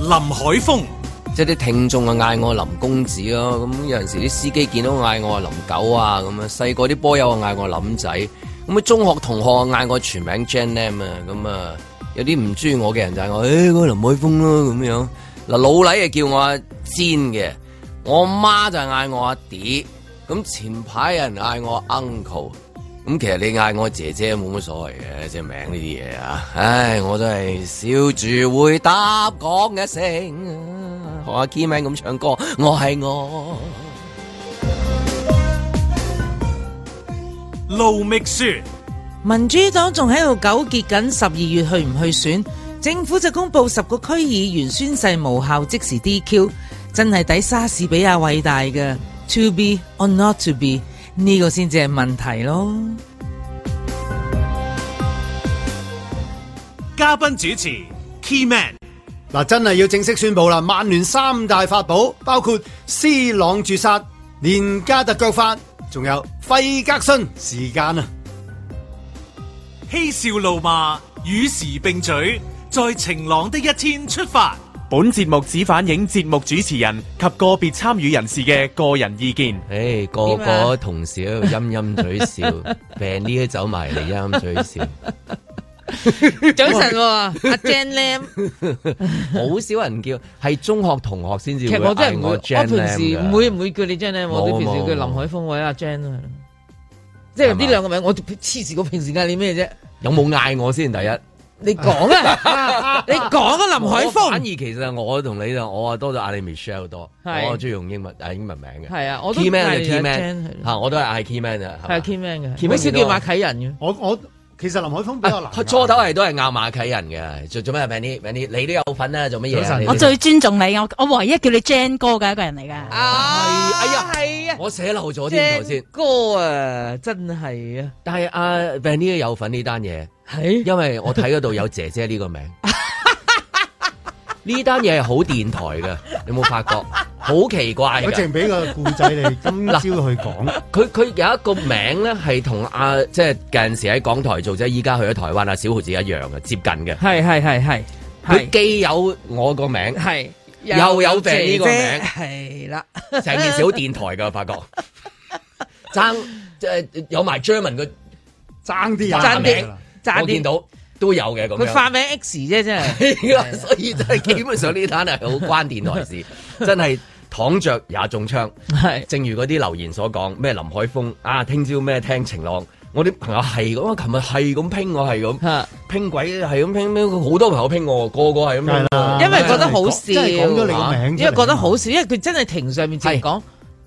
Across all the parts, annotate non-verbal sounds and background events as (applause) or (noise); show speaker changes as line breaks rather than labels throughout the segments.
林海峰、
即係啲聽眾啊嗌我林公子咯，咁有陣時啲司機見到我嗌我啊林狗啊咁樣，細個啲波友啊嗌我林仔，咁啊中學同學啊嗌我全名 Jan Lam 啊，咁啊有啲唔中意我嘅人就嗌我，誒、嗰個林海峰咯咁樣，嗱老禮啊叫我阿煎嘅，我媽就嗌我阿弟，咁前排有人嗌我 uncle。咁其實你嗌我姐姐冇乜所謂嘅，即係名呢啲嘢啊！唉，我都係笑住回答講一聲啊，學阿 Keyman 咁唱歌，我係我。
盧覓雪、
民主黨仲喺度糾結緊十二月去唔去選，政府就公布十個區議員宣誓無效，即時 DQ，真係抵莎士比亞偉大嘅。To be or not to be，呢個先至係問題咯。
嘉賓主持 Key Man、
嗱，真係要正式宣布啦！曼聯三大法寶包括斯朗絕殺、連加特腳法，仲有費格遜時間啊！
嬉笑怒罵，與時並舉，在晴朗的一天出發。
本節目只反映節目主持人及個別參與人士嘅個人意見。
唉，個
啊
個同事喺度陰陰嘴
(laughs)
笑，病呢都走埋嚟陰陰嘴笑，
早晨喎，阿 Jan Lam，
(laughs) 好少人叫，係中學同學先至
其
會
實我真係
嗌
唔會，我
我 Jan
平
Lam
時
㗎
唔會唔會叫你 Jan Lam，我都
冇
平時
冇
叫林海峰或者阿 Jan 啦。即係
係嘛
呢兩個名，我黐線，我平時嗌你咩啫？
有冇嗌我先？第一。
你
(laughs)
講啊， (laughs) 你講啊，林海
我反而
峰。
其實我同你就我啊多咗嗌你 Michelle 多，
係
我中意用英文嗌英文名嘅。
係啊我都
key man
嗌
係
你
key
阿 Jan，係
man 嚇，我都係嗌 key man 啊。
係 Kim Man 嘅，
Kim
好
Man
少叫馬啟仁嘅。
我我其實林海峰比
啊
較難啊
佢
搞，
初頭係都係拗馬啟人嘅，做做咩啊 Benny Benny，你都有份啊，做乜嘢
早
啊？
晨
你
我最尊重你，我我唯一叫你 Jan 哥嘅一個人嚟噶。
啊
哎呀
係啊，
我寫漏咗添頭
正
先，
哥啊，真係啊，
但係阿 Benny 都有份呢單嘢，
係
因為我睇嗰度有姐姐呢個
(laughs)
名。呢單嘢係好電台嘅，你有冇發覺？好奇怪
我
㗎。
淨俾個故仔你今朝去講，
佢佢有一個名咧，係同阿即係近時喺港台做啫，依家去咗台灣啊，小豪子一樣嘅，接近嘅。
係係係係
佢
係
既有我個名，
係
又有病呢個名
姐姐係啦，
成件事好電台㗎，我
(laughs)
發覺。爭即係有埋 German 嘅，
(laughs) 爭啲人
爭
啲
明啦
爭
我見
啲
到都有嘅咁
佢
樣。
化名 X 啫，
(laughs)
真係
係啊所以真係基本上呢單係好關電台事，真係躺着也中槍。
係
正如嗰啲留言所講，咩林海峰啊，聽朝咩聽晴朗，我啲朋友係咁，我琴日係咁拼，我係咁。
嚇，
拼鬼係咁拼，拼好多朋友拼我，個個係咁拼
係啦
我。
因為覺得好笑，啊
真係講咗你個名出嚟
因為覺得好笑，因為佢真係庭上面直講，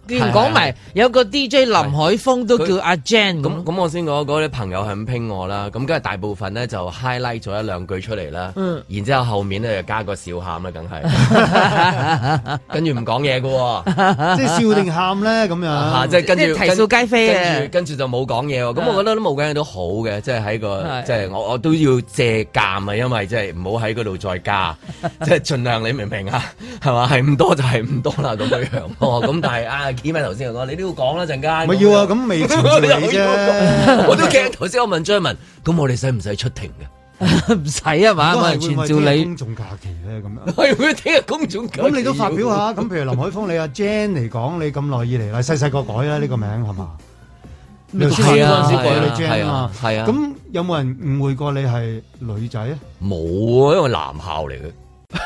連講埋有個 DJ 林海峰都叫阿 Jan
咁
咁，
咁，我先講嗰啲朋友係咁拼我啦，咁梗係大部分咧就 highlight 咗一兩句出嚟啦，
嗯
然之後後面咧就加個笑喊啦，梗係，跟住唔講嘢嘅喎，
即係笑定喊咧咁
啊
樣，
即係跟
即
住
係啼笑皆非啊
跟住跟住就冇講嘢喎，咁我覺得都冇講嘢都好嘅，即係喺個
係
即係我我都要借鑑啊，因為即係唔好喺嗰度再加， (laughs) 即係盡量你明唔明啊？係嘛，係唔多就係唔多啦咁樣樣咯，咁但係啊 k i m 頭先講你都要講啦陣間，
咪要啊，咁未傳召你啫。
(laughs) 我都驚頭先我問張文，咁我哋使唔使出庭嘅？ (laughs)
唔 (laughs) 使啊嘛，冇人傳召你
公。眾假期咧咁樣。
係會聽日公眾假期
咁你都發表下，咁譬如林海峰，你阿 Jan 嚟講，你咁耐以嚟啦，細細個改啦呢個名係嘛？你頭先
係
嗰
啊
陣時改你
係啊
Jan 嘛？
係啊
咁有冇人誤會過你係女仔啊？
冇啊，因為男校嚟 (laughs) 嘅。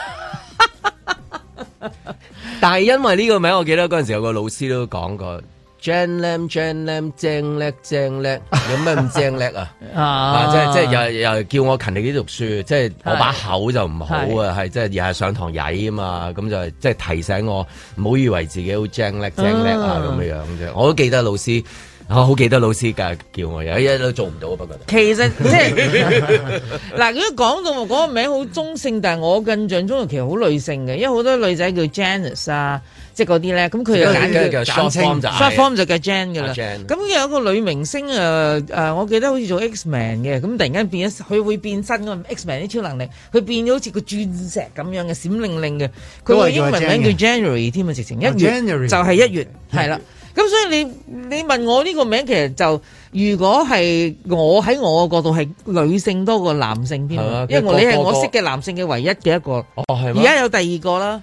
但係因為呢個名，我記得嗰陣時有個老師都講過，Jan Lam Jan Lam 正叻正叻，有咩咁正叻 (laughs) 啊？啊！
啊
即係即係又又叫我勤力啲讀書，即係我把口就唔好啊，係即係又係上堂曳啊嘛，咁就即係提醒我唔好以為自己好精叻精叻啊咁樣樣啫。我都記得老師，我好記得老師㗎叫我，有一都做唔到啊，不過
其實 (laughs) 即係嗱，如果講到我嗰個名好中性，但係我印象中其實好女性嘅，因為好多女仔叫 Janice 啊，即係嗰啲咧，咁佢就
跟
揀
住
叫
叫 short form 就
short
係
form 就叫 Jan 噶
阿
啦。
Jan
咁有一個女明星誒誒、呃呃我記得好似做 Xman 嘅，咁突然間變咗，佢會變身㗎嘛 Xman 啲超能力，佢變咗好似個鑽石咁樣嘅，閃靈靈嘅。佢
都
個
係叫
英
阿
文
Jan
名叫 January 添啊，直情一月
哦，January
就係一月，係啦。咁所以你你問我呢個名其實就如果係我喺我嘅角度係女性多過男性添
係啊
啊，因為我
個
你係
個
我
個
識嘅男性嘅唯一嘅一個，
哦，係
而
咩
家有第二個啦，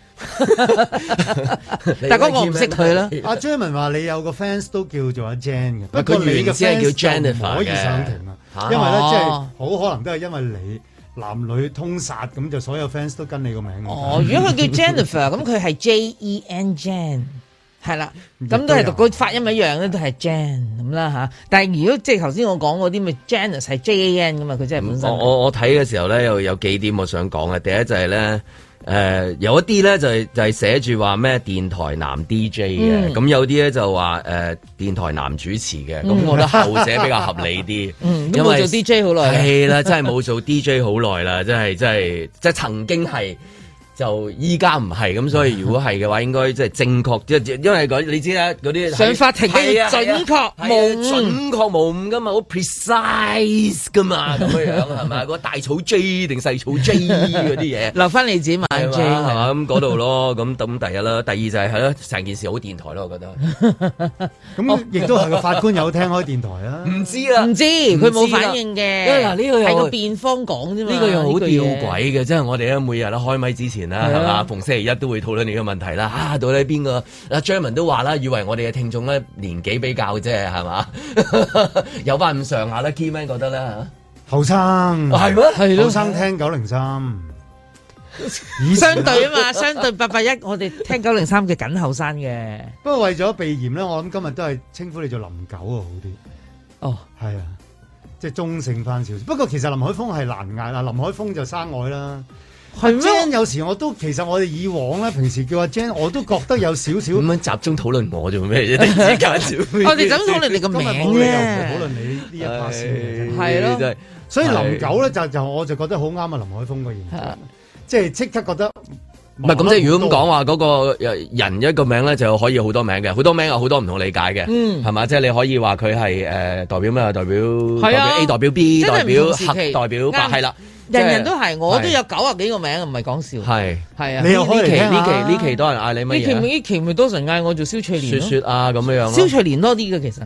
但嗰個我唔識佢啦。
阿 Jerman 話你有個 fans 都叫做阿 Jan 嘅，
唔係
不過
佢
你嘅
原先係
fans
叫
就
Jennifer
唔可以上庭
嘅
啊，因為咧即係
哦
好可能都係因為你男女通殺咁，就所有 fans 都跟你個名。
哦，如果佢叫 Jennifer，咁 (laughs) 佢係 J E N Jan，係啦，咁都係讀個發音一樣咧，都係 Jan 咁啦吓。但係如果即係頭先我講嗰啲咪 Janice 係 J A N 噶嘛，佢真係本
嗯
身
我我我睇嘅時候咧，有有幾點我想講嘅。第一就係咧。誒、有一啲咧就係、就係、寫住話咩電台男 DJ
嗯
嘅，咁、有啲咧就話誒、呃電台男主持嘅，咁、我覺得後者比較合理啲，
(laughs) 嗯都冇做 DJ 好耐啦
係啦，真係冇做 DJ 好耐啦，真係真係即係曾經係。就依家唔係咁，所以如果係嘅話，應該即係正確，即係因為嗰你知啦，嗰啲
上法庭
係
要
啊係啊
準確
係啊
無誤
準確無誤噶嘛，好 precise 噶嘛，
(laughs)
咁樣樣係咪？嗰個大草 J 定細草 J 嗰啲
(laughs)
嘢。
留翻你自己買
係
J
嘛係
係
嘛咁嗰度咯，咁咁第一啦，第二就係係咯，成件事好電台咯，我覺
(laughs)
得。
咁亦都係個法官有聽開電台
(laughs)
啊。
唔知啊，
唔知佢冇反應嘅，
因為嗱呢個又
係個辯方講啫嘛，
呢個又好
啊呢
吊
句嘢
詭嘅，即係我哋咧每日咧開咪之前啦，係嘛？逢星期一都會討論呢個問題啦。啊，到底邊個？阿 Jerman 都話啦，以為我哋嘅聽眾咧年紀比較啫，係嘛？ (laughs) 有翻咁上下啦，Keyman 覺得啦，哦
後生
係咩？
嗯係
後
咯，
生聽九零三，
(laughs)
以前
相對啊嘛，相對八八一，我哋聽九零三嘅緊後生嘅，
不過為咗避嫌咧，我諗今日都係稱呼你做林九啊好
哦，
啲，係啊，即係中性翻少少。不過其實林海峰係難嗌啦，林海峰就生外啦。
係
Jan
咩？
有時我都其實我哋以往咧，平時叫阿 Jan，我都覺得有少少。
咁樣集中討論我做咩啫？
(laughs)
突然之間
我哋就咁討論哦你個
今日
名
冇理由討論
啫，
你呢一 part 先嘅真係
係咯
真係
所以林九咧就就我就覺得好啱啊林海峰個形象，即係即刻覺得
唔係咁即係如果咁講話，嗰個人一個名咧就可以有好多名嘅，好多名有好多唔同理解嘅，
嗯
係嘛？即係你可以話佢係誒代表咩？代表代
係
表
啊
A 代表 B
真係
代
唔
表
同時
黑
期
代表白
啱啊
係啦，
人人都係，我都
係
有九啊幾個名，唔係講笑，
係。
係啊，
你又開
呢
嚟
期
聽下
呢期呢期多人嗌你
呢期咪
乜
呢期咪多人嗌我做蕭翠
嘢？
蓮
雪
咯
雪啊咁樣樣
蕭
咯。
翠蓮多啲嘅其實。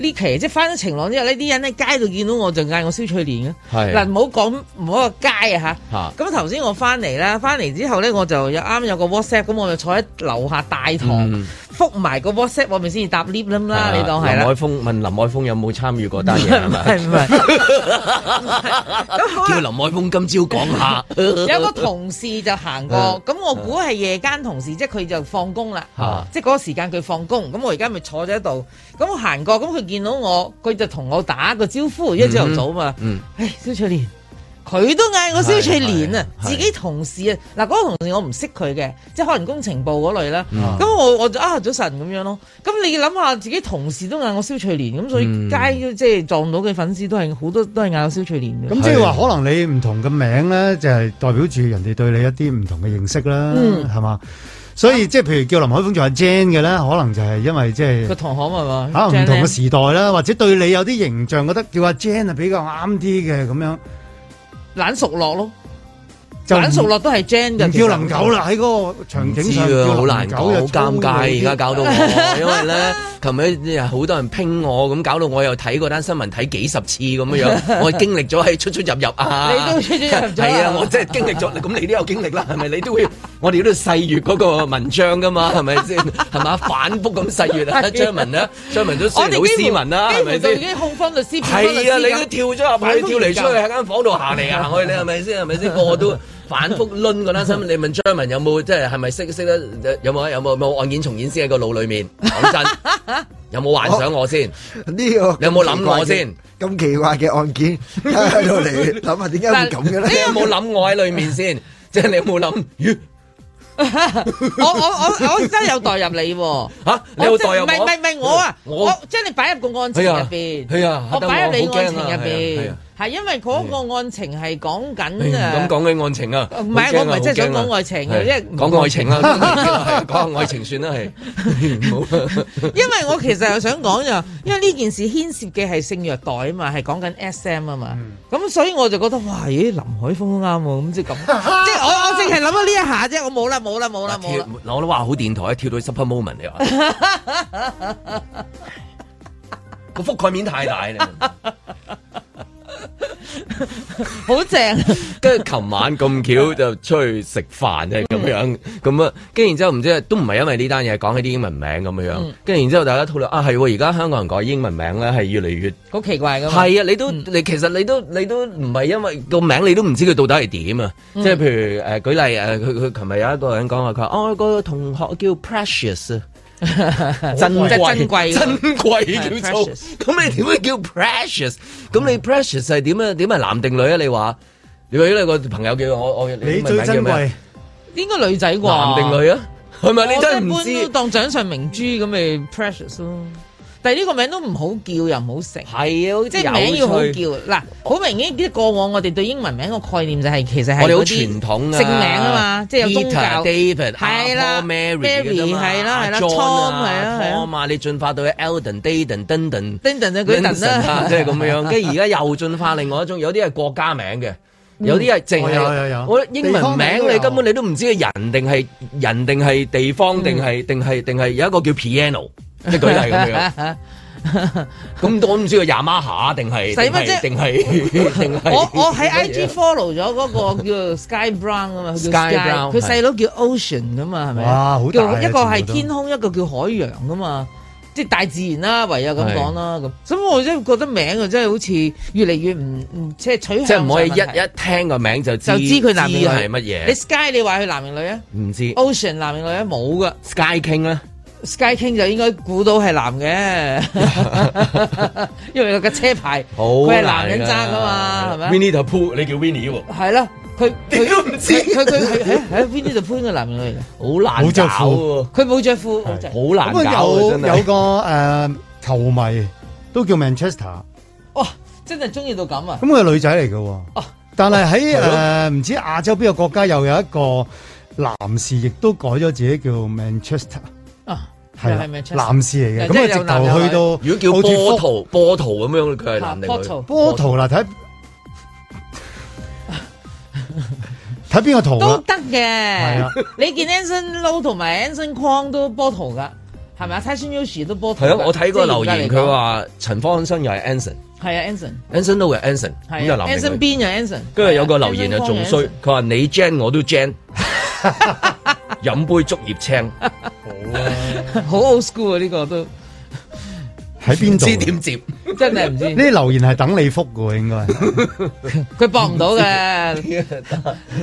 呢期即係翻咗晴朗之後呢啲人喺街度見到我就嗌我蕭翠蓮嘅。
係
嗱，唔好講唔好話街啊
嚇
吓。咁頭先我翻嚟啦，翻嚟之後咧我就有啱有個 WhatsApp，咁我就坐喺樓下大堂
嗯啊
覆埋個 WhatsApp，我咪先至搭 lift 啦啦，你當係
林
啦
海。峰問林海峰有冇參與過單嘢係
(laughs)
咪？
係唔係？
叫林海峰今朝講下。
(laughs) 有個同事就
嗯
行過，咁我估係夜間同事，即係佢就放工啦
啊，
即係嗰個時間佢放工，咁我而家咪坐咗喺度，咁我行過，咁佢見到我，佢就同我打個招呼，因為朝頭早嘛
嗯，
唉，蕭翠蓮。佢都嗌我蕭翠蓮啊，
係係
自己同事啊，嗱嗰個同事我唔識佢嘅，即係可能工程部嗰類啦。咁我我就啊早晨咁樣咯。咁你諗下自己同事都嗌我蕭翠蓮，咁所以街即係撞到嘅粉絲都係好多都係嗌我蕭翠蓮嘅。
咁即係話，可能你唔同嘅名咧，就係代表住人哋對你一啲唔同嘅認識啦，係嘛？所以即係譬如叫林海峰做阿 Jan 嘅咧，可能就係因為即係
個同行係嘛？
嚇啊唔
Jan
同
咧
嘅時代啦，或者對你有啲形象，覺得叫阿 Jan 啊比較啱啲嘅咁樣，
懶熟落咯，
就唔
懶熟落都係 Jan
唔
嘅，
叫林九啦，喺嗰個場
唔
景
知
上
啊，
叫
好
林
難
九
講，好
又粗
尷
魯
尬。而
啲
家搞到我，因為
(laughs)
咧，琴日好多人拼我，咁搞到我又睇嗰單新聞睇幾十次咁樣
(laughs)
樣，我經歷咗喺出出入入啊，
你都出出入入咗啊
係啊，我真係經歷咗，咁你都有經歷啦，係咪？你都會，我哋都要細閱嗰個文章噶嘛，係咪先？係嘛，反覆咁細閱
(laughs)
啊，張文咧，張文都算
我
老
哋
斯
幾乎
文啊啦，係
幾乎
咪
就已
先？
經控方律師、辯方律
係啊，
師
你
咁。
都跳咗入去，跳嚟出去喺間房度行嚟
(laughs)
行去，你係咪先？係咪先？個個都反覆攆嗰單新聞。你問張文有冇即係係咪識識得有冇有冇有冇案件重演先喺個腦裏面？講
(laughs)
真，有冇幻想我先？
呢個
你有冇諗我先？
咁奇怪嘅案件喺度嚟諗下，點解會咁嘅
你
咧？
有冇諗我喺裏面
(laughs)
先？即係你有冇諗？咦
我我我我真係有代入你喎。
(laughs) 嚇？你
我
有
真
代入
唔係唔係唔係我啊！
我
我將你擺入個案情入邊，
係啊係啊
我擺入你案情入
嚇得我好驚啊係啊係
邊
啊，
係因為嗰個案情係講緊
唔敢
啊。
講嘅案情啊！
唔係
好驚啊
我唔係真係想
好驚啊
講愛情嘅
係
因為唔
講愛
(laughs)
情啦，係講下愛情算啦，係唔好。
因為我其實又想講就，因為呢件事牽涉嘅係性虐待啊嘛，係講緊 S.M. 啊嘛，咁、所以我就覺得哇，咦，林海峰都啱喎，咁即
(laughs)
係咁，即係我我淨係諗咗呢一下啫，我冇啦冇啦冇啦冇啦
跳，我都
(laughs)
話好電台，跳到 super moment 你話。個覆蓋面太大
(laughs)
啦。
好正。
跟住琴晚咁巧就出去食飯啫咁樣，
嗯
咁啊，跟住然之後唔知都唔係因為呢單嘢講起啲英文名咁樣
嗯
樣，跟住然之後大家討論啊係喎，而家香港人改英文名咧係越嚟越
好奇怪噶嘛？
係啊，你
嗯
都你其實你都你都唔係因為個名你都唔知佢到底係點啊，
嗯
即係譬如誒舉例誒，佢佢琴日有一個人講話佢話哦個同學叫 Precious 啊。
真即係珍貴
珍貴
係
叫做
precious。
咁你點樣叫 precious？咁你 precious 係點啊？點係男定女啊？你話？你話你個朋友叫啊我我
你
你
最珍貴，
應該女仔啩？
男定女啊？係咪你真
我一般
係
都
唔知？
當掌上明珠咁咪 precious 咯。但係呢個名都唔好叫又唔好食，
係啊，
即係名要好
有趣
叫。嗱，好明顯啲過往我哋對英文名個概念就係其實係
我哋好
嗰
傳
啲
統啊，
姓名啊嘛，即係有宗
Peter、
教。
David、
係啦
Paul Mary 嘅啫嘛
Mary，係啦係啦
John
Tom，係
啊
啦係啦
Tom 啊，你進化到去 Eldon、Dayton、Dundon。
丁頓就舉頓
Linson 啊
啦，
即係咁樣。跟住而家又進化另外一種，有啲係國家名嘅，有啲係淨
哦有有
係
有
我覺得英
地
文
方名
名，
都
你
有
根本你都唔知係人定係人定係地方定係定係定係有一個叫 piano，即係舉例咁
(laughs)
樣。咁我唔知佢 Yamaha 定係
使乜啫
定係
(laughs)
定係
我我喺 IG follow 咗嗰個叫 Sky Brown 啊嘛，佢
Sky
叫 Sky，
Brown，
佢細佬叫 Ocean 噶嘛，係咪？
哇好大啊
叫一個係
全部都
天空，一個叫海洋噶嘛，即係大自然啦，唯有咁講啦咁。咁我真係覺得名啊，真係好似越嚟越唔唔即係取
(laughs)
向
即係唔可以一
上問題
一聽個名就知
就知佢男定女
係乜
你
嘢，
Sky 你話佢男定女啊
唔知
？Ocean 男定女啊？冇噶
Sky King 咧。
，Sky King 就應該估到係
(laughs)
男嘅，因為佢架車牌
好
佢係男人揸噶嘛，係咪啊
w i n n i e the Pooh，你叫 w i n n i e 喎，
係啦，佢
你
佢
都唔知
佢佢佢啊喺喺邊度潘嘅男人嚟
好難
冇
搞
着褲
喎，
嘅，佢冇着褲，好正
好難
咁
搞
啊有
喎真係
有個誒球迷都叫 Manchester，
哇，真係中意到咁啊！
咁佢係女仔嚟嘅喎
哦，
但係喺
係咯
誒唔知亞洲邊個國家又有一個男士亦都改咗自己叫 Manchester，
啊，
係
又係
啦
Manchester
男士嚟嘅，
又即係有
咁
男
啊直
有
頭去到
如果叫
好似
波
福
圖波圖咁樣，佢係男定
啊
女？
波圖
波圖
(laughs)
啦，睇睇邊個圖啊
都
啦，
得
係啊
嘅。你見 Anson Lo 同埋 Anson Kwong 都波圖噶，係咪啊？Tyson Yoshi 都波圖㗎。
係啊，我睇過留言，
即係
佢
而家
話陳方生又係 Anson，Anson
嚟講係啊，Anson
都係 Anson，咁
係
就
啊
男定
，Anson
女。
邊又 Anson，
跟住有個留言啊，仲衰，佢話你 Jan 我都
(laughs)
Jan，飲杯竹葉青，
好 old school 啊！呢 (laughs) 個都
喺邊
唔知
度？啊
點接？
真係唔
呢
知，
啲留言係等你覆嘅喎，應
(laughs)
該。
佢搏唔到
(laughs)
嘅。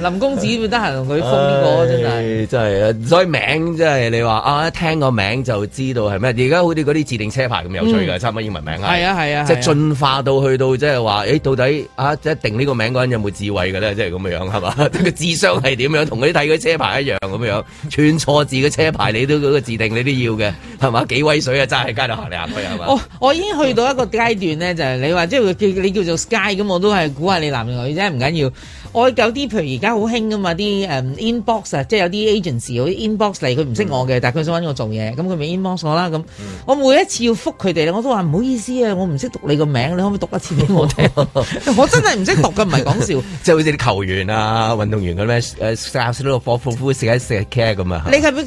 林公子會得閒同佢封呢個真係。
唉真係啊！所以名真係你話啊，一聽個名就知道係咩。而家好似嗰啲自定車牌咁有趣㗎，差唔多英文名啊。
係啊係啊
即係
係啊
進化到去到即係話，誒到底啊，即係定呢個名嗰人有冇智慧嘅咧？即係咁樣係嘛？即係個智商係點樣？同嗰啲睇嗰啲車牌一樣咁樣，串錯字嘅車牌你都嗰個字定你都要嘅係嘛？幾威水啊！揸喺街度行嚟行去係嘛？
我我已經去到一個階段咧，就係、你話即係叫你叫做 sky 咁，我都係估下你男定女啫，唔緊要。我有啲譬如而家好興噶嘛，啲誒、嗯 inbox 啊，即係有啲 agency 有啲 inbox 嚟，佢唔識
嗯
我嘅，但係佢想揾我做嘢，咁佢咪 inbox 我啦咁。我每一次要覆佢哋咧，我都話唔好意思啊，我唔識讀你個名，你可唔可以讀一次俾
(laughs)
我聽？我真係唔識讀㗎，唔係講笑。
即係好似啲球員啊、運動員咁咧，誒霎時都火呼呼食一食 c 咁啊！
你係咪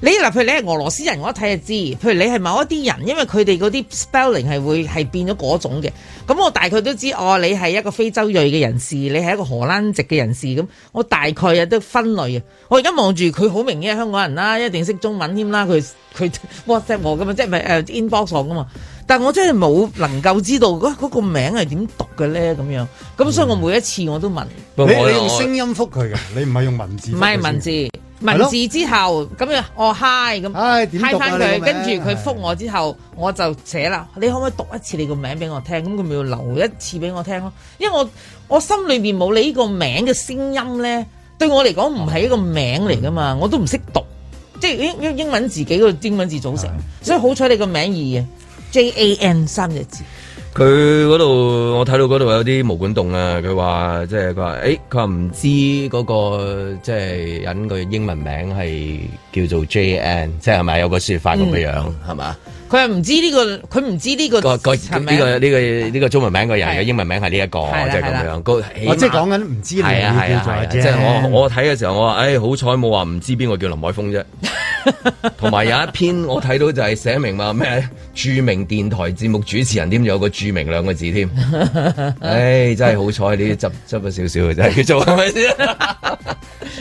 你嗱？譬如你係俄羅斯人，我一睇就知。譬如你係某一啲人，因為佢哋嗰啲 spelling 係會係變咗嗰種嘅。咁我大概都知，哦，你係一個非洲裔嘅人士，你係一個荷蘭籍嘅人士咁。我大概啊都分類啊。我而家望住佢，好明顯係香港人啦，一定識中文添啦。佢佢 WhatsApp 我噶嘛，即係咪誒 inbox 我噶嘛？但我真係冇能夠知道嗰嗰個名係點讀嘅咧，咁樣。咁所以我每一次我都問。
不
你
過我
你用
我
聲音覆佢嘅，你唔係用文字。
唔係文。字，
係
文
咯
字之後咁樣，我 hi 咁
唉點讀
，hi
啊
翻
你
佢，
個名
跟住佢
係
覆我之後，我就寫啦，你可唔可以讀一次你個名俾我聽？咁佢咪要留一次俾我聽咯，因為我我心裏面冇你呢個名嘅聲音咧，對我嚟講唔係一個名嚟噶
嗯
嘛，我都唔識讀，即係英英英文自己個英文字組成，
嗯
所以好彩你個名易啊，J A N 三隻字，
佢嗰度我睇到嗰度有啲毛管洞啊，佢話即係佢話，誒佢話唔知嗰、個即係人個英文名係叫做 JN，即係係咪有個説法
嗯
咁嘅樣係嘛？
佢係唔知呢個，佢唔知呢個啊
個個
陳
呢
名
個呢個呢個中文名個人嘅
係
英文名係呢一個，
係啦哦
即係咁
係
樣。個起
哦我即係
碼
講緊唔知你
係啊係
叫
啊係啊！
做阿
哎
(laughs)
即係我我睇嘅時候，我話誒好彩冇話唔知邊個叫林海峰啫，同埋有一篇我睇到就係寫明話咩著名電台節目主持人添，有個著名兩個字
(laughs)
添。唉，真係好彩呢啲執執咗少少嘅
(laughs)
啫，叫做係咪先？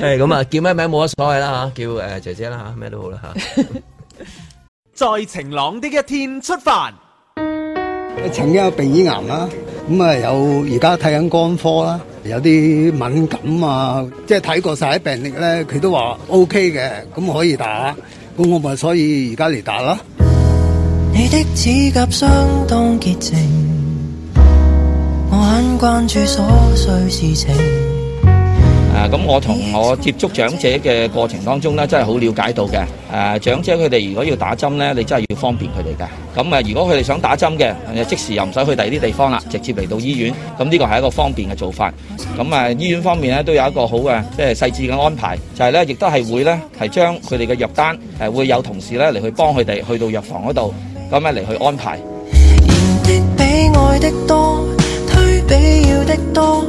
(laughs) 唉，咁啊，叫咩名冇乜所謂啦嚇，叫誒姐姐啦嚇，咩都好啦嚇。
在晴朗的一天出發。
曾經有鼻咽癌啦，咁啊有而家睇緊肝科啦，有啲敏感啊，即係睇過晒啲病歷咧，佢都話 O K 嘅，咁可以打，咁我咪所以而家嚟打啦。
你的指甲相當潔淨，我很關注瑣碎事情。
啊，咁我同我接觸長者嘅過程當中咧，真係好了解到嘅。誒、啊，長者佢哋如果要打針咧，你真係要方便佢哋嘅。咁啊，如果佢哋想打針嘅，誒即時又唔使去第二啲地方啦，直接嚟到醫院。咁呢個係一個方便嘅做法。咁啊，醫院方面咧都有一個好嘅，即係細緻嘅安排，就係咧亦都係會咧係將佢哋嘅藥單誒會有同事咧嚟去幫佢哋去到藥房嗰度，咁啊嚟去安排。
嫌的比愛的多，推比要的多，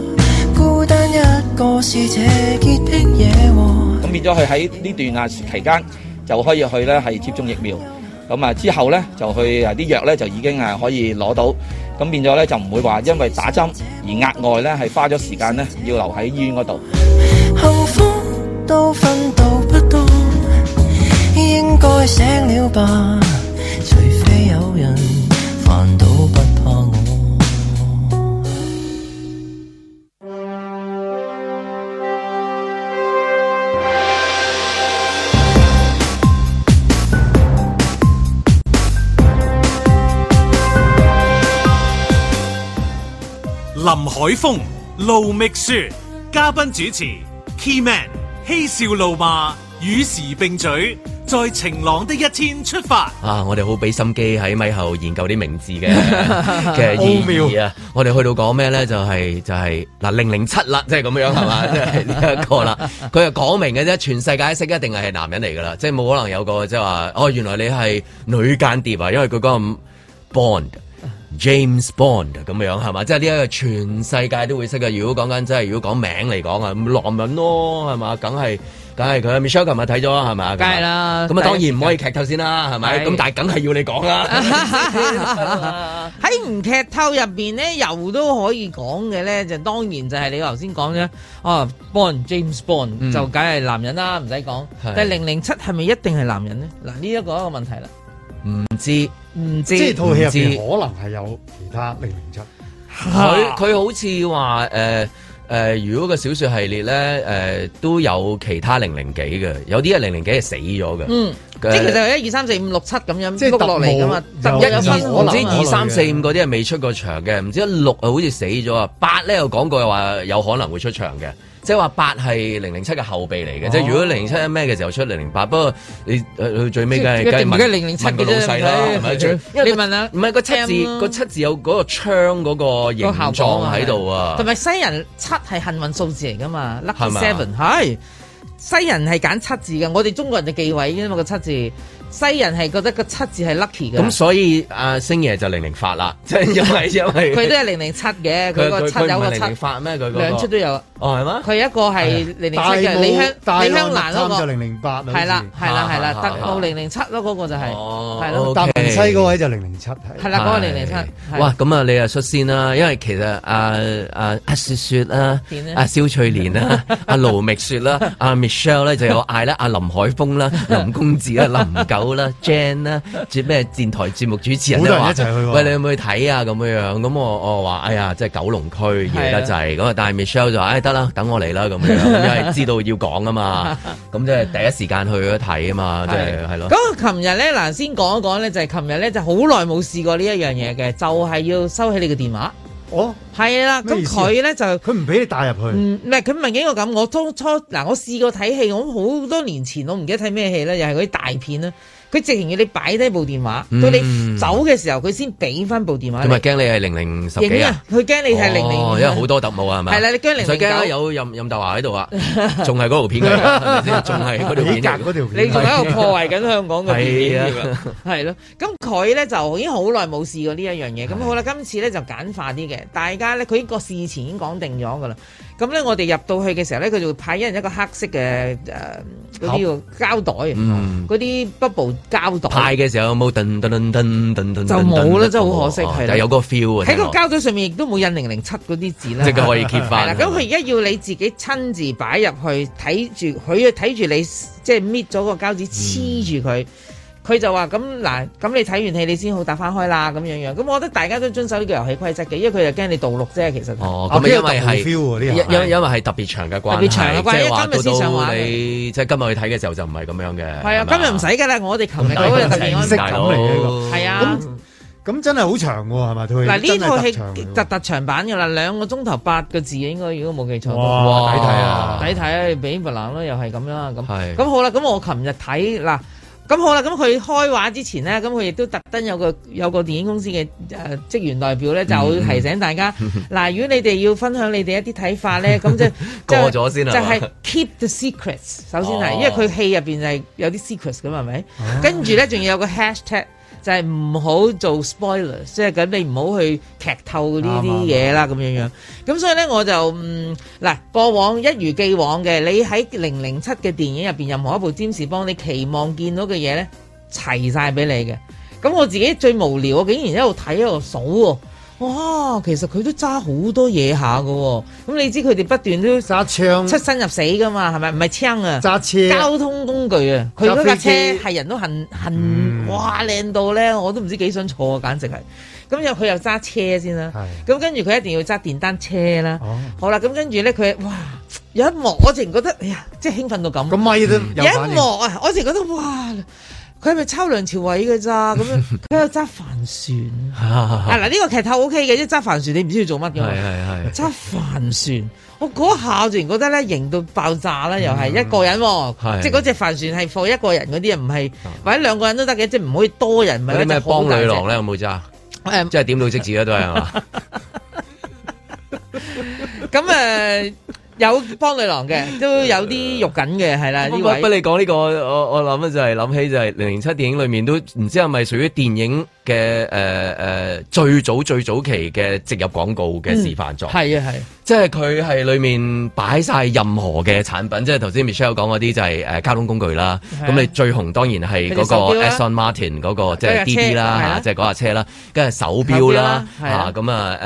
孤單一個是這潔癖惹禍。
咁變咗佢喺呢段啊期間就可以去咧係接種疫苗，咁啊之後咧就去啊啲藥咧就已經啊可以攞到，咁變咗咧就唔會話因為打針而額外咧係花咗時間咧要留喺醫院嗰度。
幸福都分到不多，應該醒了吧？除非有人煩到不怕我。
林海峰、路觅雪，嘉賓主持 Key Man，嬉笑怒罵，與時並舉，在晴朗的一天出發。
啊！我哋好俾心機喺咪後研究啲名字
(laughs)
嘅嘅意義啊！我哋去到講咩咧？就係、就係、嗱零零七啦，即係咁樣係
(laughs)
嘛？即係呢一個啦。佢係講明嘅啫，全世界識一定係男人嚟㗎啦，即係冇可能有個即係話哦，原來你係女間諜啊，因為佢講 Bond。James Bond 咁樣係嘛？即係呢一個全世界都會識嘅。如果講緊真係，如果講名嚟講啊，咁男人咯係嘛？梗係梗係佢啊 Michelle 琴日睇咗係嘛？
梗係啦
咁啊當然唔可以劇透先啦，係咪？
係
咁但係梗係要你講啦。
(laughs) 喺唔劇透入邊咧，又都可以講嘅咧，就當然就係你頭先講啫。哦，Bond James Bond、
嗯
就梗係男人啦，唔使講。
係
但係零零七係咪一定係男人咧？嗱，呢一個一個問題啦，
(laughs) 唔知。
唔知
即係套戲入邊
唔
可能係有其他零零七，
佢佢好似話誒誒，如果個小説系列咧誒、都有其他零零幾嘅，有啲係零零幾係死咗嘅。
嗯，即
誒
係其實係一二三四五六七咁樣
即係
碌落嚟噶嘛，
特務
特
一
哦有
二
分
唔知
可
二
能
三四五嗰啲係未出過場嘅，唔知一六啊好似死咗啊，八咧有講過話有可能會出場嘅。即係話八係零零七嘅後備
哦
嚟嘅，即係如果零零七咩嘅時候出零零八，不過你去去最尾梗係
即係
梗係
一定唔
問
係007
問個老細啦，
嘅啫
係咪？最
你問下啊
唔係個七
M
字
啦
個七字有嗰個窗嗰個形狀喺度啊
啊同，埋西人七係幸運數字嚟噶嘛
係
，lucky
嘛
seven 係西人係揀七字嘅，我哋中國人就忌諱㗎嘛個七字，西人係覺得個七字係 lucky 嘅，
咁所以阿星爺就零零發啦， (laughs) 即係因為因為
佢都係零零七嘅，佢個七
佢
有
唔係
個
零零
七，
發咩？佢嗰個
兩出都有，
哦係啊嗎？
佢一個係零零七
大
嘅李香
大
李香蘭嗰
就
個，
零零八啦，
係啦係啦係
啊
啦，
啊
特
啊
務零零七咯嗰個就係，
哦
係咯，
達
OK
文西嗰位就零零七係。
係啦嗰個零零七，
係
係
哇！咁啊，你啊率先啦，因為其實啊啊阿雪雪啦
點咧，
阿蕭翠蓮
(laughs)
啦，阿盧覓雪啦，阿 Michelle 咧就有嗌啦，阿林海峰
(laughs)
啦，林公子啦，林九啦，Jan 啦，接咩電台節目主持人
好
咧
多人
話
一齊去喎
喂，你有冇去睇啊？咁樣樣咁我我話哎呀，即係九龍區熱得滯咁啊！但係 Michelle 就話唉得啦，等我嚟啦咁樣，
(laughs)
因為知道要講啊嘛，咁即係第一時間去咗睇啊嘛，即係係咯。
咁琴日咧嗱，先講一講咧，就係琴日咧就好耐冇試過呢一樣嘢嘅，就係要收起你嘅電話。
哦，
係啦，
咩
咁
意思啊
佢咧就
佢唔俾你帶入去，
唔唔係佢問幾我咁，我當初嗱我試過睇戲，我好多年前我唔記得睇咩戲啦，又係嗰啲大片啦。佢直情要你擺低部電話，到你走嘅時候，佢先俾翻部電話
嗯咁咪
你。
驚你係零零十幾
影
啊
啊！？佢驚你係零零
哦
五，
因為好多特務啊，係咪？
係啦你驚009
唔使驚啊有任任達華喺度
(laughs)
啊，仲係嗰條片嘅，係咪先？仲係嗰條片
你隔
嚟
嗰
嘅。
條
你
片
仲喺度破壞緊香港嘅片
係啊
添啊，係咯。咁佢咧就已經好耐冇試過呢一樣嘢。咁好啦，今次咧就簡化啲嘅，嘅，大家咧佢呢個事前已經講定咗噶啦。咁咧我哋入到去嘅時候咧，佢就會派一人一個黑色嘅誒呃嗰啲叫膠袋，啊
嗯
嗰啲 bubble 膠袋。
派嘅時候有冇噔噔噔噔噔噔
就冇啦，真係好可惜，係啦。
但有個 feel 啊，
喺個膠袋上面亦都冇印零零七嗰啲字啦，
即係佢可以揭返
係啦，咁佢而家要你自己親自擺入去睇住，佢睇住你即係搣咗個膠紙黐住佢。佢就話：咁嗱，咁你睇完戲你先好打翻開啦，咁樣樣。咁我覺得大家都遵守呢個遊戲規則嘅，因為佢就驚你盜錄啫，其實。
哦，咁因為係因因因啊為係特別長嘅關係，
特別長嘅關係
即係話
因為
到
今日先上畫
到
嘅
你即係今日去睇嘅時候就唔係咁樣嘅。
係啊，今日唔使㗎啦，我哋琴日嗰個特別安
式
排。
咁嚟嘅呢個
係啊。
咁真係好長喎，係咪？佢
嗱呢套戲
真係特長嚟
特特長版㗎啦，兩個鐘頭八個字啊應該，如果冇記錯。
哇抵睇啊
抵睇啊！你俾弗蘭咯，又係咁啦，
係
咁咁好啦。咁我琴日睇嗱，咁好啦。咁佢開畫之前咧，咁佢亦都特登有個有個電影公司嘅誒職員代表咧，就
嗯
提醒
(laughs)
大家嗱，如果你哋要分享你哋一啲睇法咧，咁即係
過咗先
就
啊
係就係 keep the secrets。首先係，
哦
因為佢戲入邊係有啲 secrets 咁係咪？跟住咧仲要有個 hashtag。就係唔好做 spoiler，即係咁你唔好去劇透呢啲嘢啦，咁樣樣。咁所以咧我就嗯嗱，過往一如既往嘅，你喺零零七嘅電影入邊任何一部占士邦，你期望見到嘅嘢咧，齊晒俾你嘅。咁我自己最無聊，我竟然一路睇一路數喎。哇，其實佢都揸好多嘢下㗎喎。咁你知佢哋不斷都
揸槍
出生入死㗎嘛，係咪？唔嗯係槍啊，
揸車
交通工具啊，佢嗰架
揸飛
車
機
係嗯人都恨恨，哇靚到咧，我都唔知幾想坐啊，簡直係。咁又佢又揸車先啦，咁跟住佢一定要揸電單車啦。好啦，咁跟住咧佢哇有一幕我淨覺得，哎呀，即係興奮到咁。咁
咪都
有一幕啊，我淨覺得哇，佢係咪抄梁朝偉嘅咋咁 (laughs) 樣？佢又揸帆船 (laughs) 啊！嗱，呢個劇透 O K 嘅，即係揸帆船你唔知要做乜㗎嘛。 (laughs)
係係
揸帆船，我嗰下突然覺得咧型到爆炸啦，又係一個人喎，
嗯係
即係嗰隻帆船係放一個人嗰啲啊，唔係或者兩個人都得嘅，即係唔可以多人，唔
嗰
係
啲咩幫女郎咧有
咧？
冇揸？
誒
即係點到即止啦，啊都係係嘛？
咁誒有 (laughs) 幫女郎嘅，都有啲肉緊嘅，係啦呢
(laughs) 不呃啊不，
位。
你講呢個，我我諗就係諗起就係零零七電影裏面都唔知係咪屬於電影嘅誒誒最早最早期嘅植入廣告嘅示範作。
係啊係，
即係佢係裏面擺晒任何嘅產品，即係頭先 Michelle 講嗰啲就係、誒、交通工具啦。
係啊
咁你最紅當然係嗰
佢
個
哋手
Aston Martin 嗰、個即係
嗰架車
DD 啦
係啊
嚇，即係嗰架車啦，跟住手錶啦
手錶啦係啊
嚇，咁啊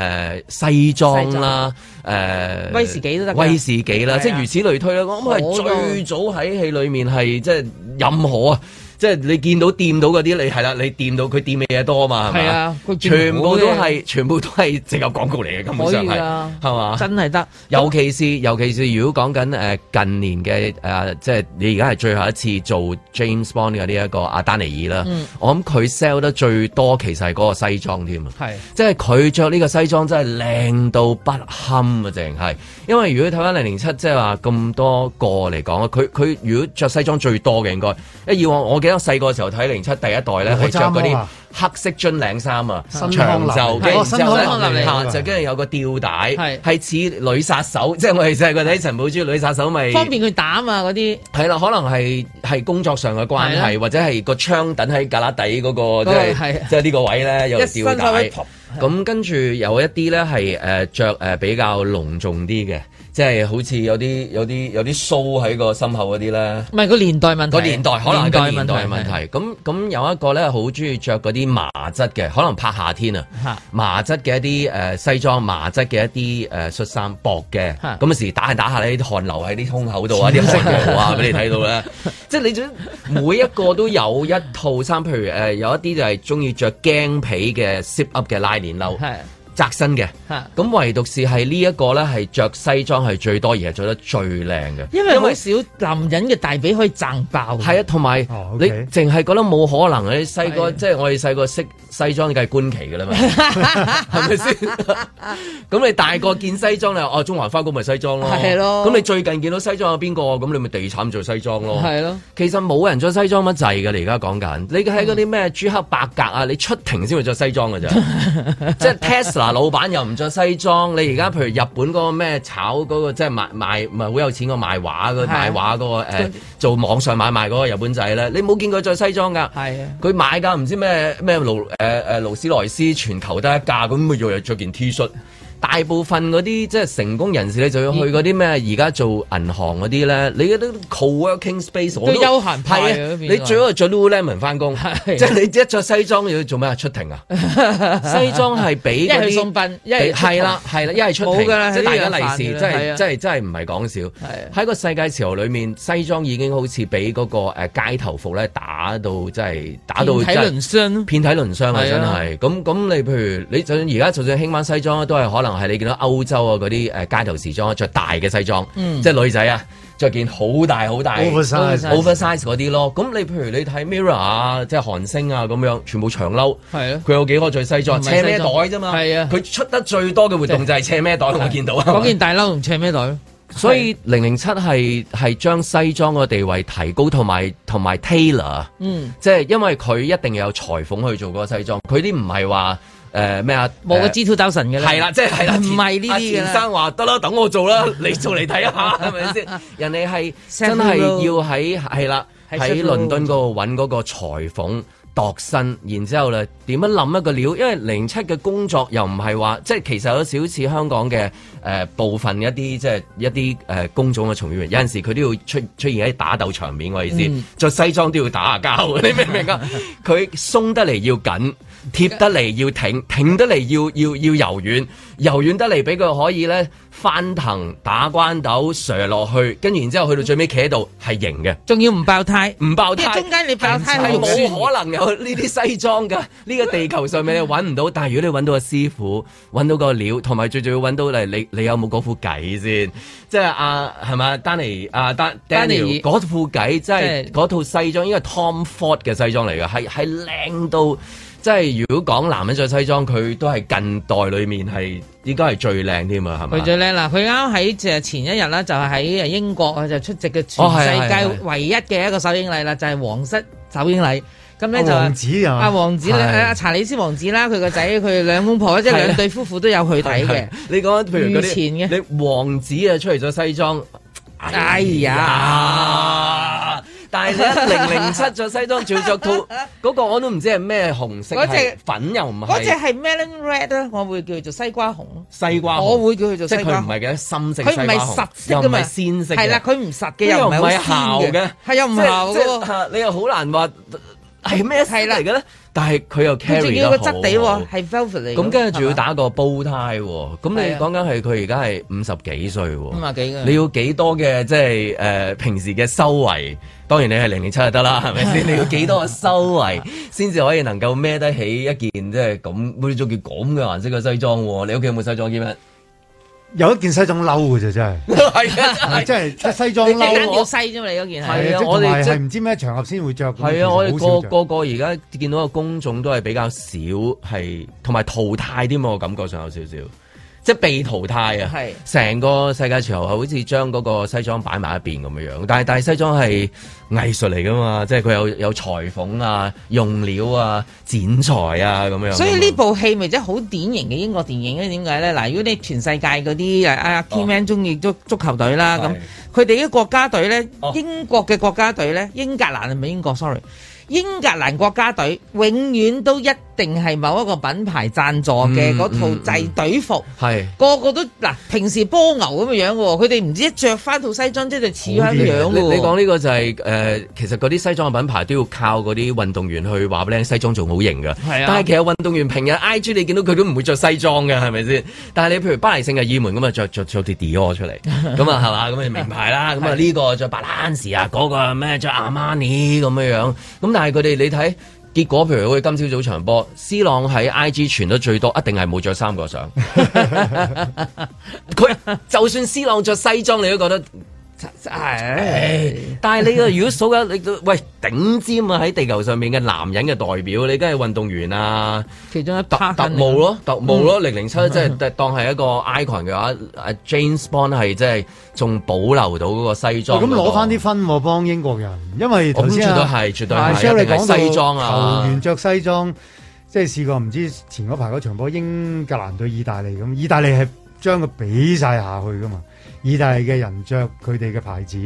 誒西裝啦誒
威士忌都得㗎
威士忌啦，
係啊
即係如此類推啦。我諗
好多
係最早喺戲裏面係即係任何啊。即係你見到掂到嗰啲，你係啦，你掂到佢掂嘅嘢多嘛，係咪
係啊佢掂
全部都
好嘅
係，全部都係植入廣告嚟嘅，根本上
可
係啊
以啊㗎，
係嘛？
真係得。
尤其是尤其是如果講緊誒近年嘅誒、呃即係你而家係最後一次做 James Bond 嘅呢一個阿丹尼爾啦，
嗯
我諗佢 sell 得最多其實係嗰個西裝添啊，
係
即係佢着呢個西裝真係靚到不堪啊！淨係，因為如果睇翻零零七，即係話咁多個嚟講，佢佢如果着西裝最多嘅應該，因為以往我記得我細個嘅時候睇零零七第一代咧
羅
係着
渣
嗰
摩
啲
啊
黑色樽領衫啊，
新
長
康
袖，
林哦
跟住然之後
新康林嚟
咧
㗎
嚇就跟住有個吊帶
係，
係似女殺手，即係我哋細個睇陳寶珠女殺手咪。
方便佢打嘛嗰啲，
係啦，可能係係工作上嘅關
係
係，
啦
或者係個槍等喺格拉底嗰、
嗰
個，
個
即
係
係即係呢個位咧有
一伸
吊
手一
帶
撲。
咁跟住有一啲咧係誒著誒比較隆重啲嘅，即係好似有啲有啲有啲鬚喺個心口嗰啲咧。
唔係個年代問題，
個年代可能係個年代問
係
題，咁咁有一個咧好中意着嗰啲麻質嘅，可能拍夏天 (laughs) 啊
嚇，
麻質嘅一啲誒西裝，麻質嘅一啲誒恤衫薄嘅，
嚇
咁有時打下打下呢啲汗流喺啲胸口度 (laughs) 啊，啲汗毛啊俾你睇到咧， (laughs) 即係你總每一個都有一套衫，譬如誒有一啲就係中意着驚皮嘅 zip up 嘅拉鍊褸，窄身嘅，
嚇
咁唯獨是係呢一個咧係着西裝係最多而係着得最靚嘅。
因為好少男人嘅大髀可以掙爆。係
啊，同埋
哦
你淨係覺得冇可能啊嘅，你細
啊
個即係我哋細個識西裝梗係官旗
(laughs)
嘅啦嘛，係咪先？ (laughs) 咁你大個見西裝你話哦，中環花工咪西裝咯，
係咯
咁你最近見到西裝有邊個？咁你咪地產做西裝咯，
係啊咯。
其實冇人着西裝乜滯嘅，你而家講緊，你喺嗰啲咩朱克伯格啊，你出庭先會着西裝嘅咋，即係 Tesla 老闆又唔着西裝，你而家譬如日本嗰個咩炒嗰個即係賣賣唔係好有錢個賣畫嗰
係啊
賣畫嗰個誒做網上買賣嗰個日本仔咧，你冇見佢着西裝㗎？
係啊，
佢買呃㗎唔知咩咩勞誒誒勞斯萊斯全球得一架，咁咪日日着件 T 恤。大部分嗰啲即係成功人士，你就要去嗰啲咩？
嗯
而家做銀行嗰啲咧，你嗰啲 co-working space 我
都休閒派啊
係
嗰
啊，
邊
你最好係着 Lululemon 翻工，即係你一着西裝要做咩啊？出庭
(laughs)
啊！西裝係俾
一係
嗰
去
啲
送殯一係出
係啦係啦，一係出
冇
庭
㗎啦
即係
呢
大
啲
家
有
利
飯
是，
㗎啦
真
係啊
係真係真係唔係講笑。喺個世界潮流裏面，西裝已經好似俾嗰個誒街頭服咧打到真係打到
遍體
真係
鱗傷
遍體鱗傷啊！
係
真
啊
係咁咁，你譬如你就算而家就算興翻西裝，都係可能係你見到歐洲啊嗰啲誒街頭時裝着大嘅西裝，
嗯
即係女仔啊。着件好大好大
Oversize
oversize 嗰啲咯，咁你譬如你睇 Mirror 啊，即係韓星啊咁樣，全部長褸，
係啊
佢有幾個着西裝，
唔係
斜
西裝
咩袋啫嘛，係啊，佢出得最多嘅活動就係嗯斜咩袋，我見到啊，
嗰件大褸同斜咩袋咯？
所以零零七係係將西裝個地位提高，同埋同埋 tailor，
嗯，
即係因為佢一定有裁縫去做嗰個西裝，佢啲唔係話誒咩啊，
冇個
呃
G two 斗神嘅啦，
係啦，即係係啦，
唔
田
係呢
阿
啲嘅
田
啦
生。話得啦，等我做啦， (laughs) 你做嚟睇下，
(laughs)
係咪先？人哋係真係要喺係啦，
喺
喺
Sheffield
倫敦嗰度揾嗰個裁縫度身，然之後咧點樣諗一個料？因為零七嘅工作又唔係話，即係其實有少少似香港嘅誒、呃部分一啲即係一啲誒、呃工種嘅從業員，有陣時佢都要出出現喺打鬥場面，我意
嗯
思，着、西裝都要打下交， (laughs) 你明唔明啊？佢鬆得嚟要緊。貼得嚟要挺，挺得嚟要要要柔軟，柔軟得嚟俾佢可以咧翻騰打關鬥射落去，跟住然之後去到最尾企喺度係型嘅，
仲要唔爆胎，
唔爆
因為
胎
中。間你爆胎係
係
冇
冇可能有呢啲西裝噶， (laughs) 呢、個地球上面你揾唔到。但係如果你揾到個師傅，揾到個料，同埋最重要揾到你你你有冇嗰副計先？即係阿係咪啊丹尼阿丹
丹尼爾
Daniel 嗰副計，即
即係
係嗰套西裝，應該係 Tom Ford 嘅西裝嚟嘅，係係靚到即係如果講男人着西裝，佢都係近代裡面係應該係最靚添啊，係
佢
咪？
最叻啦！佢啱喺誒前一日啦，就係喺英國啊，就出席嘅
哦係
全
係
世界唯一嘅一個首映禮啦，就係皇室首映禮。咁咧就
阿王子啊
阿王子咧，
哦係
阿查理斯王子啦，佢個仔，佢兩公婆，即係
係啊
兩對夫婦都有去睇嘅。
你講譬如嗰
御前嘅
啲，你王子啊出嚟咗西裝，
哎呀！
但係你一零零七着西裝，仲要着
(laughs)
套嗰個我都唔知係咩紅色，
嗰隻
係粉又唔
嗰只
係，
係 melon red 啦，我會叫做西瓜紅咯。
西瓜紅
我會叫佢做
即
西
係
瓜
佢唔
紅。
係嘅深色西瓜
佢
紅，
唔係實色
又
噶
唔
嘛，
係鮮色嘅，
係啦，佢唔實
呢
嘅，又
個
唔係好
姣
鮮嘅，係又唔姣
即係即
嘅喎。
係你又好難話係咩色嚟嘅咧？但係佢又
佢仲
carry
要
得好
個質地喎，係 velvet 嚟嘅。
咁跟住仲要
係嘛
打個煲呔喎，咁
係
你
啊
講緊係佢而家係五十幾歲喎，
五啊幾嘅
你要幾多嘅即係誒平時嘅修為？當然你係零零七就得啦，係咪
(laughs)
先？你要幾多嘅修為先至可以能夠孭得起一件即係咁，好似着件咁嘅顏色嘅西裝喎？你屋企有冇西裝兼
(laughs)
咩？
有一件西裝褸嘅啫，真
係啊
係，
係
真係西裝
你單
褸，
條細啫嘛，你嗰件係。
係
係
啊
啊，
我
我
哋
哋
即
係唔知咩場合先會着。
係啊！我哋個
個
個個而家見到嘅工種都係比較少，係同埋淘汰添喎啊我感覺上有少少，即係被淘汰啊！
係
成個世界潮流好似將嗰個西裝擺埋一邊咁樣樣，但係但係西裝係藝術嚟噶嘛，即係佢有有裁縫啊、用料啊、剪裁啊咁樣。
所以呢部戲咪真係好典型嘅英國電影咧？點解咧？嗱，如果你全世界嗰啲誒阿 Keyman 中意足足球隊啦，咁佢哋啲國家隊咧
哦，
英國嘅國家隊咧，英格蘭係咪英國？sorry，英格蘭國家隊永遠都一定係某一個品牌贊助嘅
嗯
嗰套
嗯
制隊服。
係
個個都嗱，平時波牛咁嘅樣喎，佢哋唔知一着翻套西裝即係就似翻樣喎。
你你講呢個就係、呃其實嗰啲西裝嘅品牌都要靠嗰啲運動員去話俾你聽，西裝仲好型㗎。
係啊
但係其實運動員平日 I G 你見到佢都唔會着西裝嘅，係咪
(laughs)
先？但係你譬如巴黎聖日耳門咁啊，着着着啲 Dior 出嚟，咁啊係嘛，咁啊名牌啦，咁啊呢個着 Balance 啊，嗰個咩着 Armani 咁樣樣，咁但係佢哋你睇。結果，譬如好似今朝早場波，C 朗喺 IG 傳得最多，一定係冇着衫個
(laughs)
相。佢就算 C 朗着西裝，你都覺得
係
但係你啊，如果數緊你都喂頂尖啊喺地球上面嘅男人嘅代表，你梗係運動員啊，
其中一
特
part
特務咯，特
嗯
務咯，零
(laughs)
零七即係當係一個 icon 嘅話，阿 James Bond 係即係仲保留到嗰個西裝嗰
哦咁
個。
攞翻啲分喎，幫英國人，因為
我
頭
咁
先
絕對
啊
係，絕對
阿
係
Shell
一
你
定
講
係西裝
到球
啊
員！着西裝，即係試過唔知前嗰排嗰場波英格蘭對意大利咁，意大利係將佢比晒下去噶嘛。意大利嘅人着佢哋嘅牌子，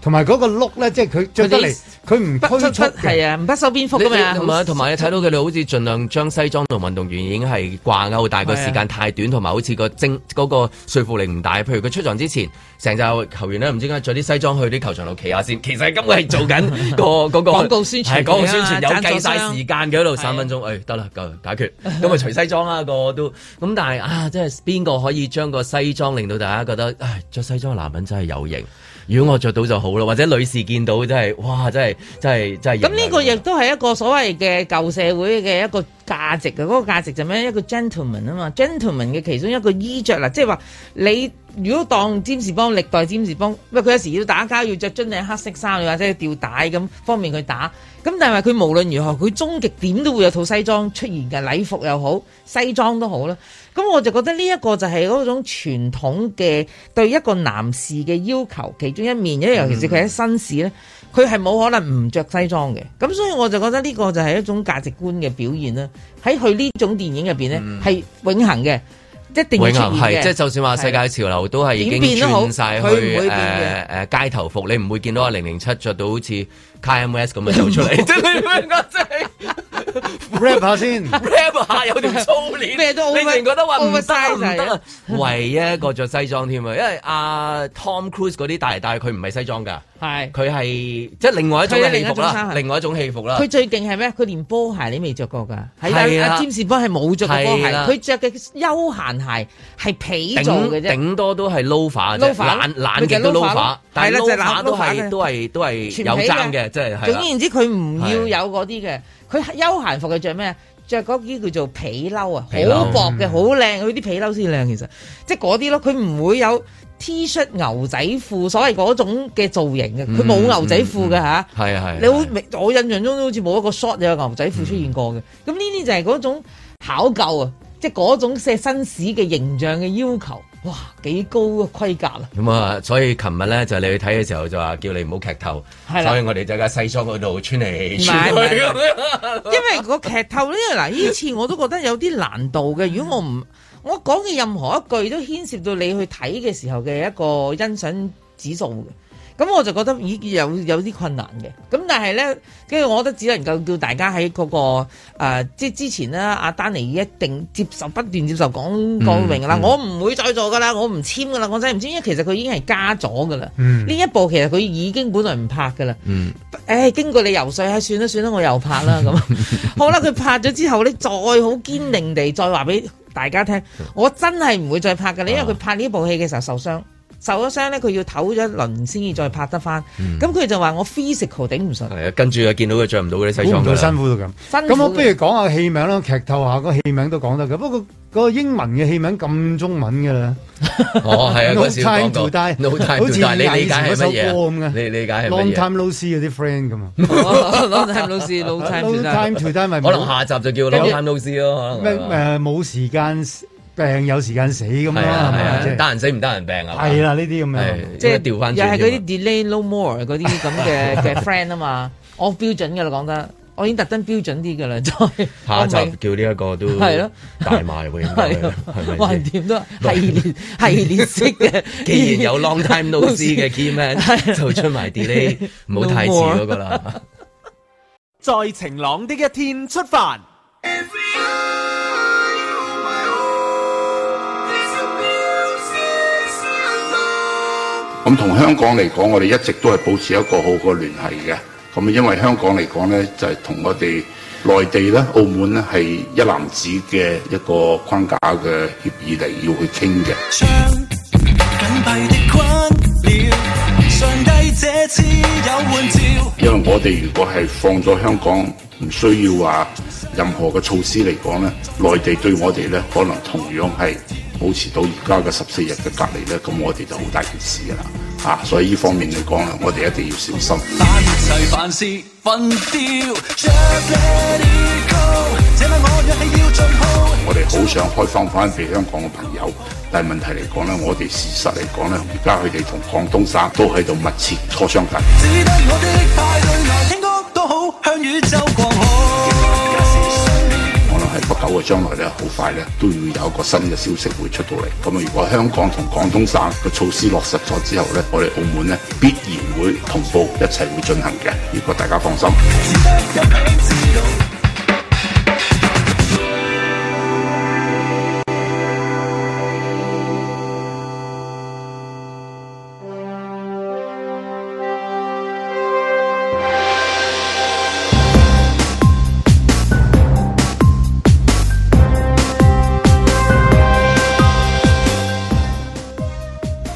同埋嗰個碌咧，即係佢着得嚟，佢唔
不出
拘
不
束嘅。
係啊，唔不修邊幅
你
噶
你同埋
嘛。
同埋你睇到佢哋好似盡量將西裝同運動員已經係掛鈎，但係個
係啊
時間太短，同埋好似個精嗰個說服力唔大。譬如佢出場之前，成紮球員咧唔知點解着啲西裝去啲球場度企下先，其實根本係做緊個嗰個
廣告宣傳
係廣告宣傳
嚟啊
有
贊助
計晒
商
時間嘅喺度三分鐘，誒得啦，夠啦解決，咁啊除西裝啦個個都咁，但係啊，即係邊個可以將個西裝令到大家覺得，唉，着西裝嘅男人真係有型。如果我着到就好啦，或者女士見到真係，哇！真係真係真係型
咁
啊。
呢個亦都係一個所謂嘅舊社會嘅一個價值啊嘅，嗰、個價值就咩？一個 gentleman 啊嘛，gentleman 嘅其中一個衣着啦，即係話你如果當占士邦歷代占士邦，喂佢有時要打交要着樽領黑色衫，或者吊帶咁方便佢打。咁但係佢無論如何，佢終極點都會有套西裝出現嘅，禮服又好，西裝都好啦。咁我就覺得呢一個就係嗰種傳統嘅對一個男士嘅要求其中一面，因為尤其是佢喺紳士咧，佢係冇可能唔着西裝嘅。咁所以我就覺得呢個就係一種價值觀嘅表現啦。喺佢呢種電影入邊咧，係永恆嘅，一定
嗯永
要出
恆
現
係，
嘅。
即係就算話世界潮流都係已經
點變都好
轉晒去
佢唔會
誒
變嘅
誒街頭服，你唔會見到阿零零七着到好似 KMS 咁樣走出
(laughs)
嚟， (laughs) 即係你明唔明啊真係
rap 下先，
rap 下有條粗鏈，
咩都
你仲
over-
覺得話唔得啊
oversize
唔得啊
晒，
唯一一個着西裝添啊，因為阿 Tom Cruise 嗰啲帶嚟帶去佢唔係西裝㗎，
係
佢係即係另外一種
佢係
戲服
另一種衫
啦，
係
另外一種戲服啦
佢。最勁係咩？佢連波鞋你未着過㗎，
係
係
啦
阿阿詹士邦係冇着過波鞋，
係啦
佢着嘅休閒鞋係皮做
頂
嘅啫。
頂多都係 loafer 啫，
loafer 咯
懶懶極都
咪就係 loafer
loafer，
咯
但係
係啦就係懶
loafer 都
loafer
係
嘅
都係都係
全皮
有爭
嘅
嘅，即係係啦
總言之，佢唔要有嗰啲嘅，佢休閒服佢着咩？着嗰啲叫做皮褸啊，
皮褸嗯
好薄嘅，好靚，佢啲皮褸先靚其實，即係嗰啲咯，佢唔會有 T 恤牛仔褲，所謂嗰種嘅造型
嗯
嘅，佢冇牛仔褲嘅吓。
係嗯係。嗯
你好明，我印象中都好似冇一個 short 有牛仔褲出現過嘅。咁呢啲就係嗰種考究啊，即係嗰種寫紳士嘅形象嘅要求，哇，幾高嘅規格啦！
咁啊，所以琴日咧就你去睇嘅時候就話叫你唔好劇透，
係啦
所以我哋就喺西裝嗰度穿嚟
唔
穿去
係唔係
咁樣。
因為個劇透呢，嗱呢次我都覺得有啲難度嘅。如果我唔我講嘅任何一句都牽涉到你去睇嘅時候嘅一個欣賞指數嘅，咁我就覺得咦有有啲困難嘅。咁但係呢，跟住我覺得只能夠叫大家喺嗰、個、呃、即係之前啦，阿丹尼一定接受不斷接受講講明㗎啦，我唔會再做㗎啦，我唔簽㗎啦，我真係唔簽，因為其實佢已經係加咗㗎啦。呢、
嗯
一部其實佢已經本來唔拍㗎啦。唉，經過你游水，唉，算啦算啦，我又拍
(laughs)
啦咁。好啦，佢拍咗之後咧，再好堅定地再話俾大家聽，
嗯
我真係唔會再拍㗎啦，因
啊
為佢拍呢部戲嘅時候受傷，受咗傷咧，佢要唞咗一輪先至再拍得翻。咁佢就話我 physical 頂唔順，
嗯
(laughs)
係啊，跟住啊見到佢着唔到嗰啲西
估唔
裝
到
㗎
辛
啦。
苦到咁。
辛苦嘅。
咁我不如講下戲名啦，劇透下個戲名都講得嘅。不過嗰個英文嘅戲名咁中文嘅啦，
哦，係啊，
No
嗰時有講
time to
過
die
No time
好
to
似
die，你理解係乜
以前嗰首歌咁
嘢
嘅
啊？你理解係乜
，long
嘢？
time no see 嗰啲 friend
(laughs)
咁啊
老time 老師老
，long time to die 咪
可能
冇
下集就叫 Long Time No See 咯，可
咩
能係嘛。
誒冇時間病有時間死咁
係
啦，
啊
係
係
咪啊
啊
即，係
得人死唔得人病啊。
係啦，呢啲咁樣。
係，
即
即係
係
調翻轉
又
添啊。
係嗰啲 delay no more 嗰啲咁
(laughs)
嘅嘅 friend 啊嘛，我標準㗎啦講得，我已經特登標準啲㗎啦，再
下
我明
集叫呢一個都
係咯
大賣喎，應該
係啊
係，咪
橫
先？
掂都係系列系列式嘅。
既然有 long time no see 嘅 key man，就出埋 delay，唔好太遲嗰個啦。
在晴朗的一天出發。
咁同香港嚟講，我哋一直都係保持一個好嘅聯繫嘅。咁啊因為香港嚟講呢，就係、同我哋內地啦、澳門呢，係一籃子嘅一個框架嘅協議嚟要去傾嘅。
窗緊閉的關了，上帝這次有玩照。
因為我哋如果係放咗香港，唔需要話任何嘅措施嚟講呢，內地對我哋呢，可能同樣係保持到而家嘅十四日嘅隔離呢，咁我哋就好大件事㗎啦。啊，所以呢方面嚟講呢，我哋一定要小心。
把一切凡事分掉，Just let it go。這晚我若係要進步，
我哋好想開放翻俾香港嘅朋友，但係問題嚟講咧，我哋事實嚟講咧，而家佢哋同廣東省都喺度密切磋商緊。
只得我的派對來聽歌都好，向宇宙狂號。
我諗係不久嘅將來咧，好快咧都要有一個新嘅消息會出到嚟。咁啊，如果香港同廣東省嘅措施落實咗之後咧，我哋澳門咧必然會同步一齊會進行嘅，呢個大家放心。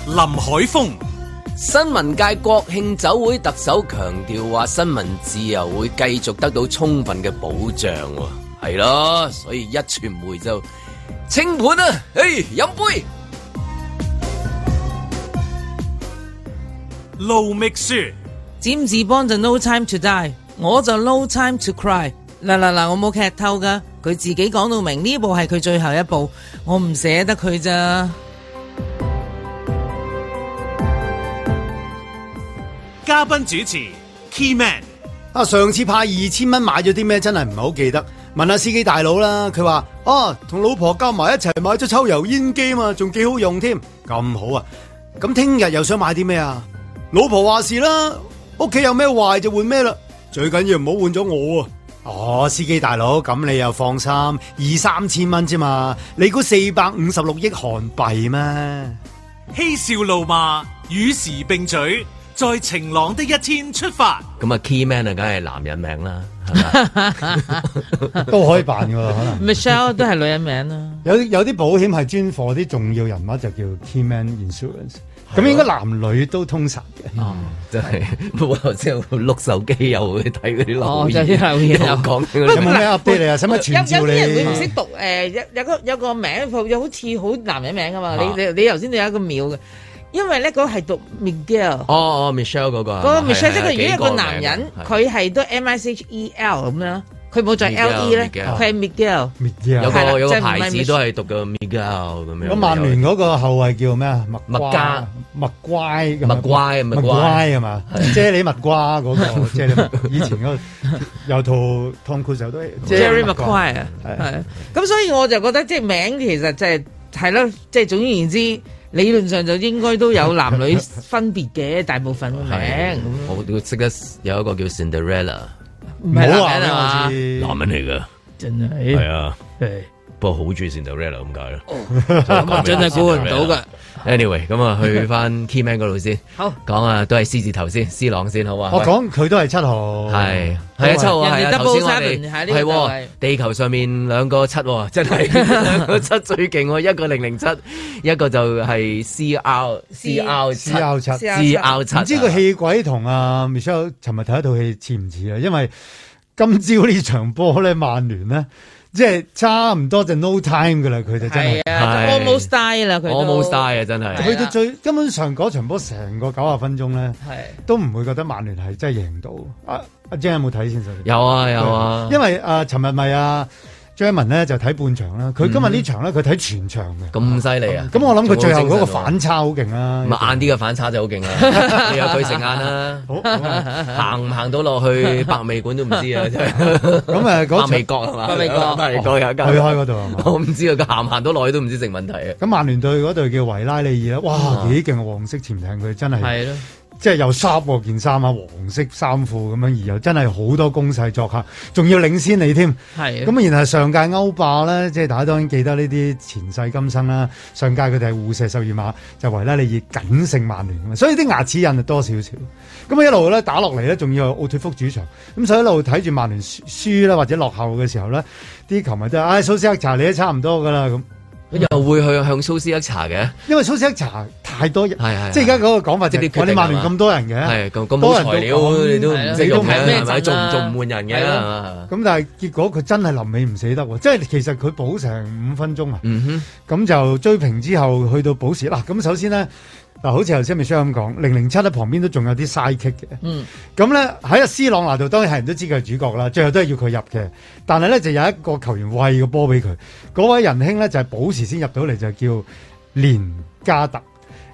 林海峰、
新聞界國慶酒會特首強調話，新聞自由會繼續得到充分嘅保障喎，係咯，所以一傳媒就清盤啦，誒飲杯。
路觅雪，
(laughs) 詹士邦就 No Time to Die，我就 No Time to Cry。嗱嗱嗱，我冇劇透噶，佢自己講到明呢部係佢最後一部，我唔捨得
(laughs)
佢咋。
嘉賓主持 Key Man，
啊，上次派二千蚊買咗啲咩真係唔係好記得，問下司機大佬啦。佢話：哦，同老婆夾埋一齊買咗抽油煙機嘛，仲幾好用添，咁好啊！咁聽日又想買啲咩啊？老婆話事啦，屋企有咩壞就換咩啦，最緊要唔好換咗我啊！哦，司機大佬，咁你又放心，二三千蚊啫嘛，你估四百五十六億韓幣咩？
嬉笑怒罵，與時並舉，在晴朗的一天出發。
咁啊，key man 啊，梗係男人名啦。
(laughs) 都可以扮噶，可能
Michelle 都係女人名啊啦。
有有啲保險係專貨啲重要人物，就叫 key man insurance。咁應該男女都通殺嘅。
真係，不過頭先會碌手機又會睇嗰啲留
哦
言，
就係啲留言
又講緊嗰
有
啲
冇咩 update 你啊？使唔使
有有
傳召
啲人會唔識
你？
讀誒、呃有有個有個名，又好似好男人名噶嘛？
啊
你你你頭先你有一個秒嘅，因為咧嗰個係讀 Miguel。
哦哦，Michelle 嗰個係嘛，
嗰個 Michelle 即
係
係佢如果一
幾
個
名啊
男人，
係
佢係都 M I C H E L 咁樣，佢冇再 L E 咧，
Miguel，Miguel
佢係 Miguel。
有
係啦
個有
即係
個
唔係
牌子
Michelle
都係讀個 Miguel 咁樣。
咁曼聯嗰個後衞叫咩啊？
麥加
麥乖咁樣。
麥乖麥
麥
乖
乖係嘛？啫喱麥瓜嗰個，啫喱麥以前嗰個有套 Tom Cruise 有都
Jerry Maguire 係咁，所以我就覺得即係名其實就係係咯，即係總而言之，理論上就應該都有男女分別嘅，大部分嘅
係
名。
啊我都識得有一個叫 Cinderella，
唔係男人啊嘛，
男人嚟噶，
真係
係啊，
係
不過好中意 Cinderella 咁解咯。
咁真係估唔到㗎。
Anyway，咁啊，去翻 Keyman 嗰度先，
好
講啊，都係獅字頭先，C 朗先好啊。
我講佢都係七號。
係係啊，七號係
人
啊，
哋
頭先
double
我
seven，
哋
係呢個
係
就
喎
係
地球上面兩個七喎，真係兩個七最勁喎，一個零零七，一個就係 C R C R 七
CR 七
C R 七，啊
唔知個氣鬼同阿 Michelle 尋日睇一套戲似唔似啊？因為今朝呢場波咧，曼聯咧，即係差唔多就 no time 噶啦，佢就真係
係。啊
係
，almost die 啦佢都。
我冇晒啊，真
去
係。
到最根本上嗰場波，成個九十分鐘咧，
係
都唔會覺得曼聯係真係贏到。阿阿 Jan 有冇睇先？首先
有啊有啊，
因為啊，尋日咪啊 j a m a n 咧就睇半場啦，佢今日呢場咧佢睇全場嘅。
咁犀利啊！
咁我諗佢最後
仲好精神
嗰個
喎
反差好勁啦。
咪晏啲嘅反差就好勁
(laughs)
啦，你有佢食晏啦，
好好啊
行唔行到落
(laughs)
去百味館都唔知啊，真係
咁啊
(laughs)
嗰
百味
場
角係嘛？
百味角
百味角有一間
佢開嗰度係嘛？
我唔知啊，佢行唔行到落去都唔知成問題啊。
咁曼聯隊嗰隊叫維拉利爾啦，哇幾勁啊！黃色潛艇佢真係，
係咯。
即係又 sharp 喎件衫啊，黃色衫褲咁樣，而又真係好多攻勢作客，仲要領先你添。
係啊
咁然後上屆歐霸咧，即係大家當然記得呢啲前世今生啦。上屆佢哋係互射十二碼，就維拉利爾僅勝曼聯咁啊，所以啲牙齒印就多少少。咁一路咧打落嚟咧，仲要係奧脱福主場，咁所以一路睇住曼聯輸輸啦或者落後嘅時候咧，啲球迷都係唉蘇斯克查你都差唔多噶啦咁。
又會去向蘇斯克查嘅，
因為蘇斯克查太多人，
係係係
即係而家嗰個講法就
即係
係
啲決
我
定
哋曼聯
係嘛
咁多人嘅，
係咁咁冇材料，
多人都
你都
講
唔識用
係啊你
嘅，係
唔
都
係咩
咪？
陣
做唔
啊
做唔換人嘅
係咯
係嘛？
咁但係結果佢真係臨尾唔死得喎，即係其實佢補成五分鐘啊，
嗯哼，
咁就追平之後去到補時嗱，咁首先咧嗱，好似頭先 Michelle 咁講，零零七咧旁邊都仲有啲 side kick 嘅，
嗯，
咁咧喺阿斯朗拿度當然係人都知佢係主角啦，最後都係要佢入嘅，但係咧就有一個球員喂個波俾佢，嗰位仁兄咧就係補時先入到嚟就叫連加特。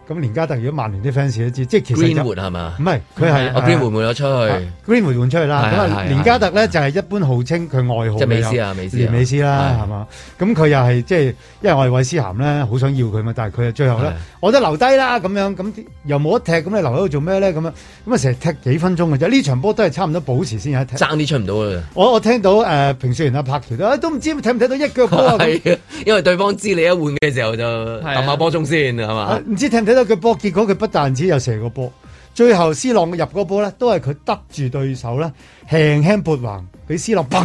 咁連加特如果曼聯啲 fans 都知，即係其實就
Greenwood 係嘛
唔係佢係啊
哦，Greenwood 換咗出去
Greenwood 換出去啦。
係
咁
係
啊，
係
連加特咧就係一般號稱佢愛好嘅
即係美斯啊美斯啊
連美斯啦，
係
係嘛？咁佢又係即係因為我係韋斯咸咧，好想要佢嘛，但係佢又最後咧
係，
我都留低啦咁樣，咁啲又冇得踢，咁你留喺度做咩咧？咁樣咁啊，成日踢幾分鐘嘅啫。呢場波都係差唔多保時先有得踢。
爭啲出唔到啊啦。
我我聽到誒、呃評述員阿柏橋都、啊都唔知睇唔睇到一
(laughs)
腳波啊咁
係啊，因為對方知你一換嘅時候就揼下波中先係
啊
嘛？
唔知睇唔睇到佢波，結果佢不但止有射個波，最後斯朗入嗰波咧，都係佢得住對手咧，輕輕撥橫，俾斯朗砰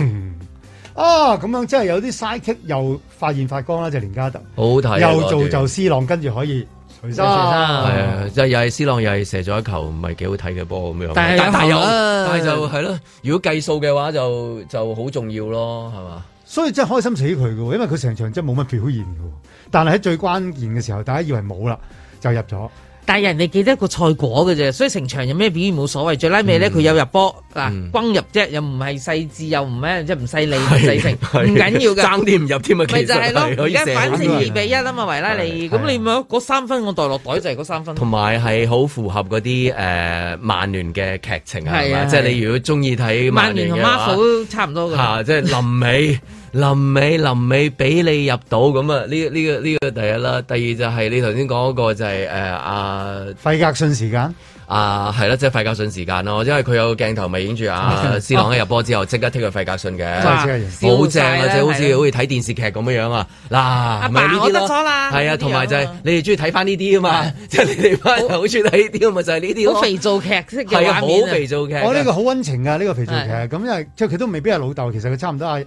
啊！咁樣真係有啲 side kick 又發現發光啦，就連加特
好好睇啊
又
嗰
造
段
就斯朗，跟住可以除衫。
係啊，即係又係斯朗又係射咗一球唔係幾好睇嘅波咁樣。
但係有
但
效啦
但係就係咯，如果計數嘅話就就好重要咯，係嘛？
所以真係開心死佢嘅喎，因為佢成場真係冇乜表現嘅喎，但係喺最關鍵嘅時候，大家以為冇啦，就入咗。
但係人哋記得個賽果嘅啫，所以成場有咩表現冇所謂，最拉尾
嗯
咧佢有入波嗱，轟入啫，又唔係細緻，又唔咩，即係唔細利唔細成，唔緊要嘅，
爭啲唔入添啊！其
咪
實
就係
係
咯，
可
而
以
家
射
反
到
正二比一啊嘛，維拉利，咁你咪嗰三分我袋落袋就係嗰三分。
同埋係好符合嗰啲誒曼聯嘅劇情啊，係
係
嘛？
啊
即係你如果中意睇
曼
曼
聯
聯
同
嘅話
Marvel 差唔多
(laughs)
㗎
嚇、
啦。
即係臨
(laughs)
尾。臨尾臨尾俾你入到咁啊！呢呢個呢個第一啦，第二就係你頭先講嗰個就係誒阿
費格遜時間。
啊係啦，即係費格遜時間咯，因為佢有個鏡頭咪影住
(laughs) 哦
阿斯朗一入波之後即刻剔佢費格遜嘅，
哇
好正
笑晒
啊！
啦
即係好
係
似
啦
好似睇電視劇咁樣樣啊！嗱，咪
爸
呢啲
我得
咯
咗啦
係
呢
啊，
啲
同埋就係
樣啊
你哋中意睇翻呢啲啊嘛， (laughs) 即係你哋班人好中意睇呢啲啊嘛，就係呢啲咯
好肥皂劇式嘅
係啊
畫面啊
好肥皂劇㗎，
哦我呢個好温情啊！呢、個肥皂劇咁，因為即係佢都未必係老豆，其實佢差唔多係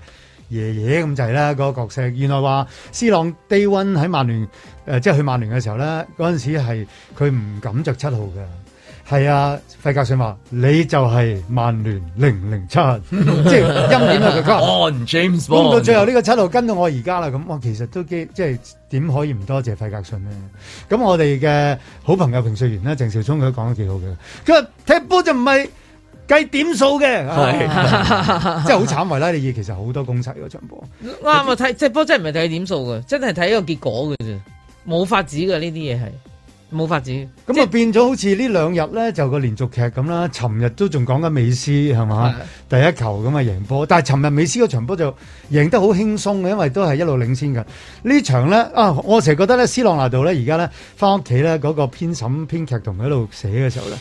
爺爺咁滯啦。嗰個角色原來話斯朗 day one 喺曼聯誒、呃即係去曼聯嘅時候咧，嗰陣時係佢唔敢着七號嘅。係啊，費格遜話你就係曼聯零零七，即係陰點啊！佢佢話
On James
咁
Bond
到最後呢個七號跟到我而家啦，咁我其實都幾即係點可以唔多謝費格遜呢？咁我哋嘅好朋友評述員咧，鄭兆聰佢都講得幾好嘅，佢話踢波就唔係計點數嘅，
係
(laughs) 啊真係好慘維拉利爾其實好多攻勢嗰場波，
啱啊！睇即係波真係唔係睇點數嘅，真係睇個結果嘅啫，冇法子嘅呢啲嘢係冇法子。
咁啊變咗好似呢兩日咧就個連續劇咁啦，尋日都仲講緊美斯係嘛第一球咁啊贏波，但係尋日美斯嗰場波就贏得好輕鬆嘅，因為都係一路領先嘅。呢場咧啊，我成日覺得咧斯朗拿度咧而家咧翻屋企咧嗰個編審編劇同佢喺度寫嘅時
(laughs)
候咧。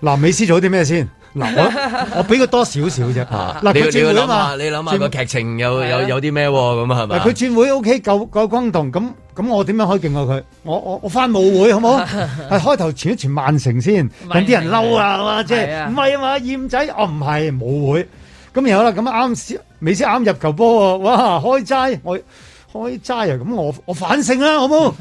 嗱，美斯做咗啲咩先？嗱，我我俾佢多少少啫。
啊
嗱，
你要
佢
你要
轉會啊
諗
嘛
下，，你諗
轉
下
會
個劇情有
係啊
有有啲咩喎咁啊係
嗱，
咪？
佢轉會 OK，夠夠轟動，咁咁我點樣可以勁過佢？我我我翻舞會好
(laughs)
冇？係開頭傳一傳曼城先，等啲人嬲啊嘛，即
係
係
啊
唔係啊嘛？燕仔，哦唔係舞會，咁然後啦，咁啱先美斯啱入球波喎，哇開齋我。開齋啊！咁我我反省啦，好
(laughs)
冇？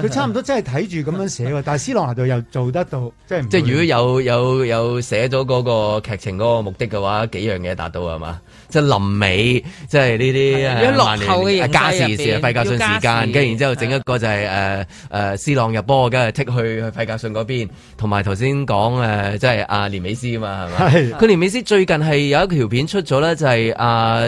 佢差唔多真係睇住咁樣寫喎，但係斯朗拿度又做得到，即係唔會
即係如果有有有寫咗嗰個劇情嗰個目的嘅話，幾樣嘢達到係嘛？即係臨尾，即係呢啲
係有
呃
落
曼聯
後嘅形勢
加時
入邊
時啊，費格
要
遜
加
時間，跟
時
住然之後整一個就係誒誒斯朗入波，跟住剔去去費格遜嗰邊，同埋頭先講誒即係阿連美斯啊嘛，係嘛？
係
佢連美斯最近係有一條片出咗咧，就係阿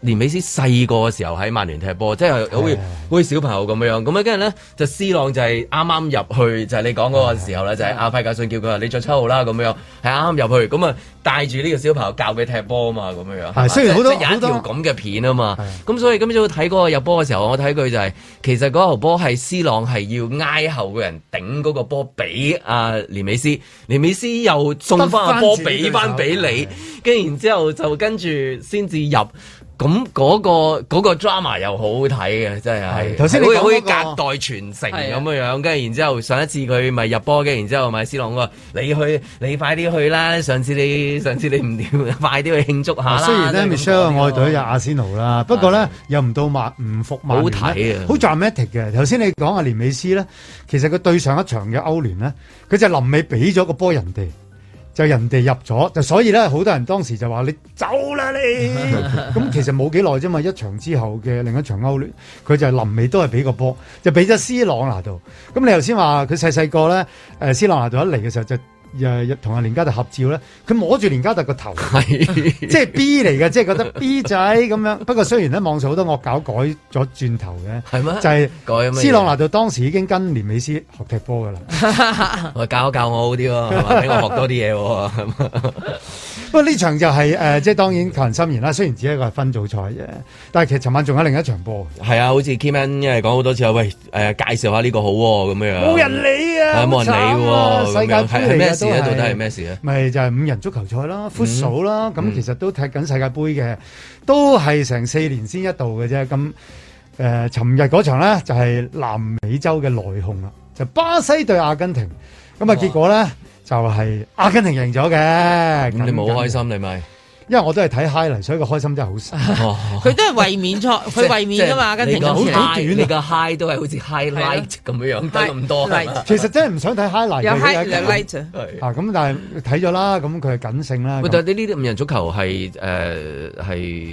連美斯細個嘅時候喺曼聯踢波，即係好似好似小朋友咁樣。咁啊，跟住咧就 C 朗就係啱啱入去，就係你講嗰個時候咧，就係啊阿費格遜叫佢話你着七號啦咁樣，係啱啱入去，咁啊帶住呢個小朋友教佢踢波啊嘛，咁樣樣。
係雖然好多
即係有一條
好多
咁嘅片啊嘛，咁所以今朝睇嗰個入波嘅時候，我睇佢就係、其實嗰球波係 C 朗係要挨後個人頂嗰個波俾阿連美斯，連美斯又送翻個波俾翻俾
啊
你，跟住然之後就跟住先至入。咁嗰、個嗰、個 drama 又好好睇嘅，真係係
頭先你
好
講
似
嗰
好似
個啊
隔代傳承咁樣樣，跟住然之後上一次佢咪入波嘅，然之後咪 C 朗話你去你快啲去啦，上次你上次你唔掂，快啲去慶祝下啦。
雖啊然咧
即係咁
Michelle 嘅愛隊有阿仙奴啦，不過咧又唔到曼唔服曼聯
好睇
咧
啊
好 dramatic 嘅。頭先你講阿連美斯咧，其實佢對上一場嘅歐聯咧，佢就臨尾俾咗個波人哋，就人哋入咗，就所以咧好多人當時就話你走啦你。
(laughs)
咁其實冇幾耐啫嘛，一場之後嘅另一場歐聯，佢就係臨尾都係俾個波，就俾咗斯朗拿度。咁你頭先話佢細細個咧，誒斯朗拿度一嚟嘅時候就誒同阿連家特合照咧，佢摸住連家特個頭，即係 B 嚟嘅，即係覺得 (laughs) B 仔咁樣。不過雖然咧網上好多惡搞改咗轉頭嘅，
係咩
就係
改咗乜嘢
斯朗拿度當時已經跟連美斯學踢
(laughs)
波噶啦。
(laughs) 我教一教我好啲喎，係嘛俾我學多啲嘢喎係嘛。
不過呢場就係、呃即係當然求人心言啦。雖然只係一個係分組賽啫，但係其實尋晚仲有另一場波。
係啊，好似 Kimman 因為講好多次啊，喂誒、介紹下呢個好喎、咁樣。
冇人理啊
係冇人理喎、
好慘啊
咁樣係
世界盃嚟㗎
係咩事咧？
都
到
係
底係咩事啊咧？
咪就係五人足球賽啦、f o o t s a 啦，咁其實都踢緊世界盃嘅，都係成四年先一度嘅啫。咁誒，尋日嗰場咧就係南美洲嘅內訌啦，就巴西對阿根廷，咁啊結果咧就係阿根廷贏咗嘅。
咁你冇開，心你咪？
因為我都係睇 high 嚟，所以個開心真
(laughs)
係好少。
佢都係衛冕
(laughs)
賽，佢衛冕噶嘛，跟住
好好短
你
啊！
個 high 都係好似 highlight 咁樣樣，得咁
(laughs)
多係嘛。
其實真係唔想睇 high 嚟嘅，
有 high
有一間
有 light
啊！咁但係睇咗啦，咁佢係緊勝啦。
喂，但係呢啲五人足球係誒呃係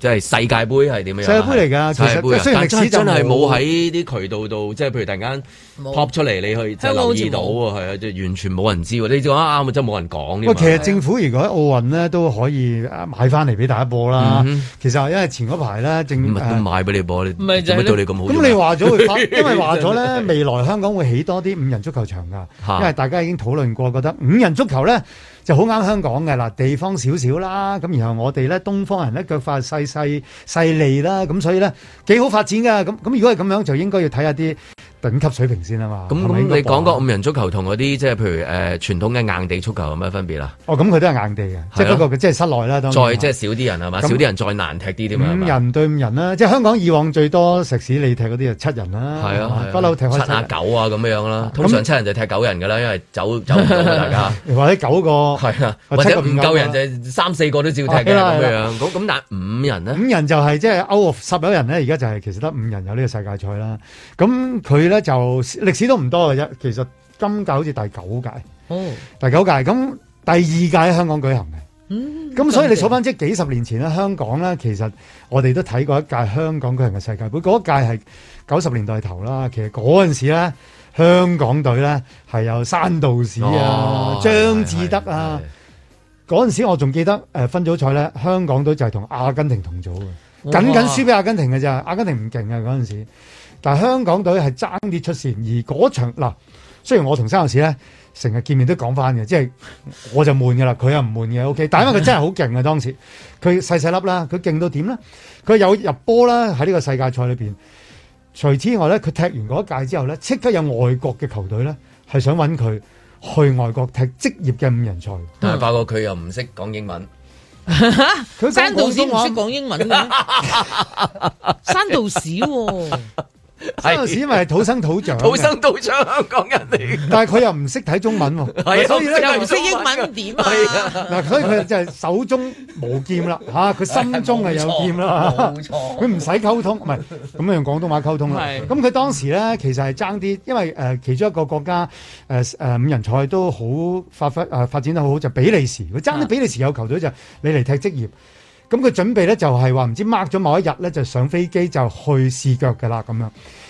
即係世界盃係點樣啊？
世界盃嚟㗎
世界
其
盃啊
實雖然
但
歷史
真
就
真係冇
冇
喺啲渠道度，即係譬如突然間
冇
pop 出嚟，你去就
香港
留
好似
意到喎，係啊，即係完全冇人知喎。你講啱啊，真係冇人講添啊
喂，其實政府如果喺奧運咧都可以啊買翻嚟俾大家播
嗯
啦。其實因為前嗰排咧政
乜都
誒
買俾你播，你
咪就係
做
咯
乜對你咁好做咩？
咁你話咗
(laughs)
會發，因為話咗咧，未來香港會起多啲五人足球場
嚇
㗎，因為大家已經討論過，覺得五人足球咧就好啱香港嘅嗱，地方少少啦，咁然後我哋咧東方人咧腳法細細細利啦，咁所以咧幾好發展㗎。咁咁如果係咁樣，就應該要睇下啲頂級水平先啊嘛。
咁
係咪
咁
應該
你
播
講個五人足球同嗰啲即係譬如誒傳統嘅硬地足球有咩分別啊？
哦，咁佢都係硬地嘅，即係
係咯
不過佢即係室內啦，當然
再即係少啲人係嘛，
咁嗯
少啲人再難踢啲添啊係
五
嘛。
人對五人啦，即係香港以往最多食屎你踢嗰啲就七人啦，
係啊，係啊
不嬲踢開
七
七
啊
人，
九啊咁樣樣啦。通常七人就踢九人噶啦，因為走走
(laughs)
唔到啊大家。
或者九個係
啊或者唔夠人就三四個都照踢嘅
係啦係
咁
啦
樣。咁咁但係五人咧，
五人就係即係歐羅十有人咧，而家就係其實得五人有呢個世界賽啦。咁佢咧就歷史都唔多嘅啫，其實今屆好似第九屆，
哦，
第九屆咁第二屆喺香港舉行嘅。
嗯
咁所以你數翻即係幾十年前咧，啊香港咧其實我哋都睇過一屆香港舉行嘅世界盃，嗰一屆係九十年代頭啦。其實嗰陣時咧，香港隊咧係有山道士啊、
哦
張志德啊。嗰陣時我仲記得誒分組賽咧，香港隊就係同阿根廷同組嘅，
哇
僅僅輸俾阿根廷嘅咋，阿根廷唔勁啊嗰陣時。但係香港隊係爭啲出線，而嗰場嗱，雖然我同三號士咧成日見面都講翻嘅，即係我就悶嘅啦，佢又唔悶嘅，OK。但係因為佢真係好勁啊，當時佢細細粒啦，佢勁到點咧？佢有入波啦，喺呢個世界賽裏邊。除此之外咧，佢踢完嗰一屆之後咧，即刻有外國嘅球隊咧係想揾佢去外國踢職業嘅五人賽。
但係發覺佢又唔識講英文，
嗯佢
山道士唔識
講廣東話
講英
(laughs)
文嘅，山道士喎，
山道士因為係土生土長
(laughs)
嘅，
土生土長香港人嚟。
但係佢又唔識睇中文
係
喎，
啊
所以咧
又唔識英文點啊？
嗱，所以佢就係手中無
(laughs)
劍啦，嚇佢心中係有劍啦，
冇錯
佢唔使溝通，唔係咁用廣東話溝通啦
係。
咁佢當時咧其實係爭啲，因為誒、呃其中一個國家誒誒、呃五人賽都好發揮誒、呃、發展得好好，就比利時，佢
啊
爭啲比利時有球隊就你嚟踢職業。咁佢準備咧就係話唔知 mark 咗某一日咧就上飛機就去試腳㗎啦咁樣。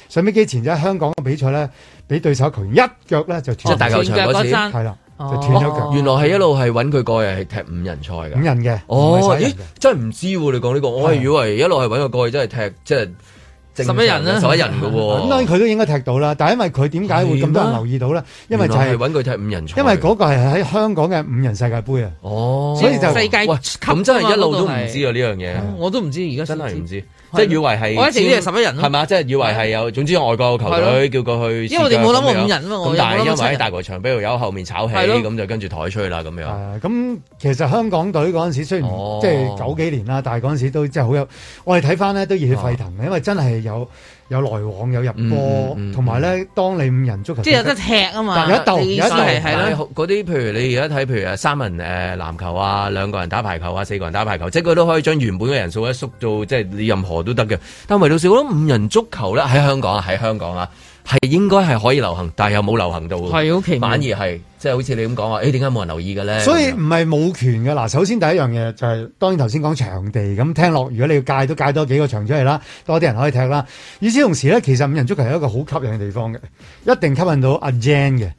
上飛機前就喺香港嘅比賽咧，俾對手球員一腳咧就
即係
斷
大球場哦嗰次
係啦，就斷咗腳。
原來係一路係揾佢過嚟係踢五人賽㗎。
哦五人嘅，唔
哦，
係十一人
咦，真係唔知喎！你講呢個，我係以為一路係揾個過去，真係踢即係正常嘅
十一人啦
十一人嘅
(laughs) 咁當
喎。
然佢都應該踢到啦，但係因為佢點解會咁多人留意到咧？因為就
係
係、
揾佢踢五人賽，
因為嗰個係喺香港嘅五人世界盃啊，
哦
所以就
世界
喂
級
咁真係一路都唔
啊
知啊呢樣嘢。
我都唔知而家
真係唔知，即係以為係
我一直以為11人咯啊
係嘛？即係以為係有，總之外國有球隊叫佢去試腳咁樣，
因為我哋冇諗過五人啊嘛我
咁但係
我諗
因為
過七人
喺大球場，俾條友後面炒起，
係咯
咁就跟住台吹啦咁樣。
咁其實香港隊嗰陣時雖然
哦
即係九幾年啦，但係嗰陣時都真係好有，我哋睇翻咧都熱血沸騰嘅，因為真係有有來往有入波，同埋咧當你五人足球
即係有得踢啊嘛，
有一鬥
你意
有
思
一鬥
係係咯，
嗰啲譬如你而家睇，譬如啊三人誒籃球啊，兩個人打排球啊，四個人打排球，即係佢都可以將原本嘅人數咧縮到即係你任何都得嘅。但唯獨是我諗五人足球咧喺香港啊，喺香港啊。係應該係可以流行，但係又冇流行到喎。
係好奇妙
反而係即係好似你咁講話，誒點解冇人留意嘅咧？
所以唔係冇權嘅嗱，首先第一樣嘢就係、當然頭先講場地咁聽落，如果你要戒都戒多幾個場出嚟啦，多啲人可以踢啦。與此同時咧，其實五人足球係一個好吸引嘅地方嘅，一定吸引到阿 Jan 嘅，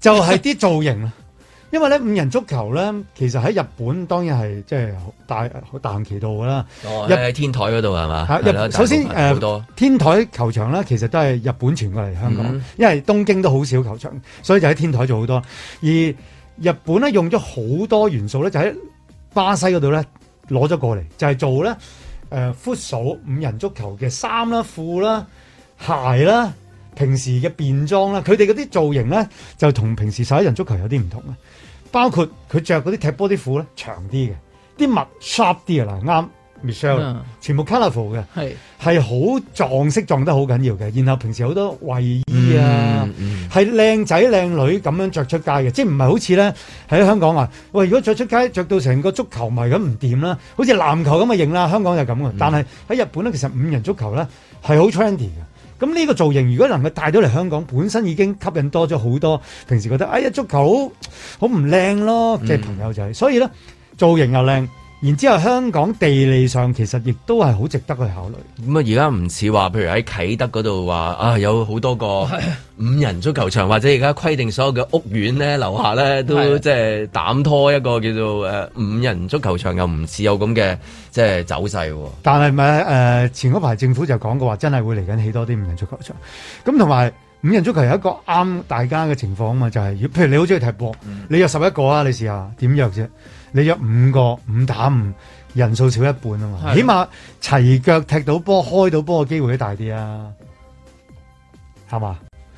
就係、啲造型啦。啊 (laughs) 因為咧五人足球咧，其實喺日本當然係即係大大行其道噶啦。
哦
日
喺天台嗰度係嘛？
嚇
係啦
啊日首先
大陸好
誒
多
天台球場咧，其實都係日本傳過嚟香港，
嗯
因為東京都好少球場，所以就喺天台做好多。而日本咧用咗好多元素咧，就喺巴西嗰度咧攞咗過嚟，就係、做咧誒 f o o t 五人足球嘅衫啦、褲啦、鞋啦。平時嘅便裝啦，佢哋嗰啲造型咧就同平時十一人足球有啲唔同啊。包括佢着嗰啲踢波啲褲咧長啲嘅，啲襪 sharp 啲嘅啊嗱，啱 Michelle 啦
嗯
全部 colourful 嘅。
係
係好撞色撞得好緊要嘅，然後平時好多衞
嗯
衣啊，係靚仔靚女咁樣着出街嘅，即係唔係好似咧喺香港話，喂，如果着出街着到成個足球迷咁唔掂啦，好似籃球咁嘅型啦，香港就咁嘅。但係喺日本咧，其實五人足球咧係好 trendy 嘅。咁呢個造型如果能夠帶到嚟香港，本身已經吸引多咗好多平時覺得哎呀足球好好唔靚咯嘅朋友仔，所以咧造型又靚，然之後香港地理上其實亦都係好值得去考慮。
咁啊，而家唔似話，譬如喺啟德嗰度話啊，有好多個五人足球場，或者而家規定所有嘅屋苑咧樓下咧都即係膽拖一個叫做誒五人足球場，又唔似有咁嘅即係走勢喎。
但係咪誒前嗰排政府就講過話，真係會嚟緊起多啲五人足球場。咁同埋五人足球有一個啱大家嘅情況啊嘛，就係、如譬如你好中意踢波，你約十一個啊，你試下點約啫？你約五個五打五，人數少一半啊嘛，
係
起碼齊腳踢到波、開到波嘅機會都大啲啊，係嘛？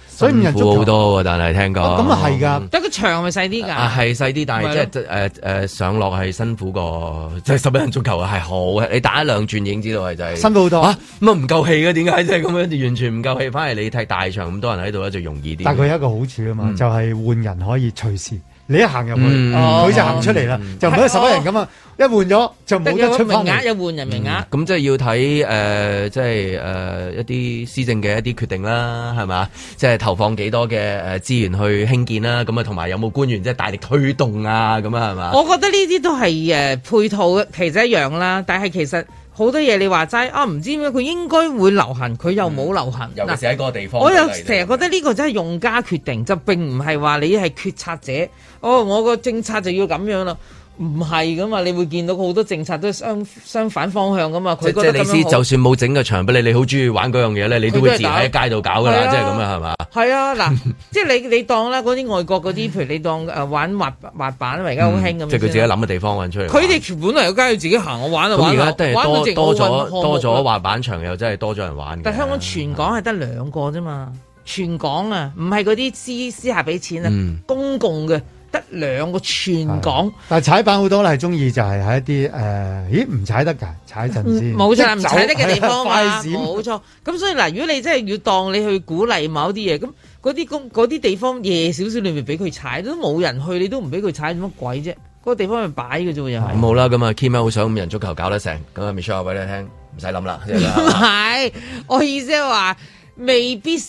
所以五人足
辛苦好
球
多喎，嗯但係聽講
咁啊係㗎，
得個場咪細啲㗎。
啊，係細啲，但
咪
係
咯
即係誒誒上落係辛苦過，即係十一人足球啊，係好嘅。你打一兩轉已經知道係就係
辛苦好多
啊，咁啊唔夠氣嘅，點解即係咁樣完全唔夠氣？反而你睇大場咁多人喺度咧，就容易啲。
但佢有一個好處啊
嗯
嘛，就係換人可以隨時。你一行入去，
嗯
哦
佢就行出嚟啦，就唔係十一人咁啊！一換咗就冇得出翻
名
嚟
嗯額。有換人名額，
咁即係要睇誒、呃即係誒、呃一啲施政嘅一啲決定啦，係嘛？即係投放幾多嘅誒資源去興建啦，咁啊同埋有冇官員即係大力推動啊？咁啊係嘛？
我覺得呢啲都係誒、呃配套其實一樣啦，但係其實好多嘢你話齋啊，唔知點解佢應該會流行，佢又冇流行。
嗯尤其是喺嗰個地方，
我又成日覺得呢個真係用家決定，就並唔係話你係決策者。哦，我個政策就要咁樣啦，唔係噶嘛，你會見到好多政策都相相反方向噶嘛。
即
佢
即
覺
係
得
你
咁
知，
樣
就
好。
算冇整個場俾你，你好中意玩嗰樣嘢咧，你都會
佢都係
自己喺街度搞㗎
搞係
啦，
啊
即係咁樣係嘛？
係啊，
(laughs)
嗱，即係你你當啦，嗰啲外國嗰啲，譬如你當誒玩滑滑板，因為而家好興咁。
嗯即係佢自己。諗嘅地方揾出嚟。
佢哋全本來有梗係要自己行，我玩啊
咁
玩
而
啊
家都係
玩到
多
直
多
奧運
咗
項目
多咗
啦
滑板場，又真係多咗人玩嘅
啊但。香港全港係得兩個啫嘛，全港啊，唔係嗰啲私私下俾錢啊，
嗯
公共嘅得兩個全港。
但係踩板好多咧，係中意就係喺一啲誒，呃咦唔踩得㗎，踩陣先。
嗯冇錯啦，唔
一走
使得嘅地
(laughs)
方
係
嘛，
啊快閃
冇錯。咁所以嗱，如果你真係要當你去鼓勵某啲嘢，咁嗰啲公嗰啲地方夜少少，你咪俾佢踩，都冇人去，你都唔俾佢踩，做乜鬼啫？嗰個地方咪擺嘅啫喎，又係
咁。好啦，咁啊 k i m 好想五人足球搞得成，咁啊 Michelle 話俾你聽，唔使諗啦，即係
唔係，我意思係話。未必是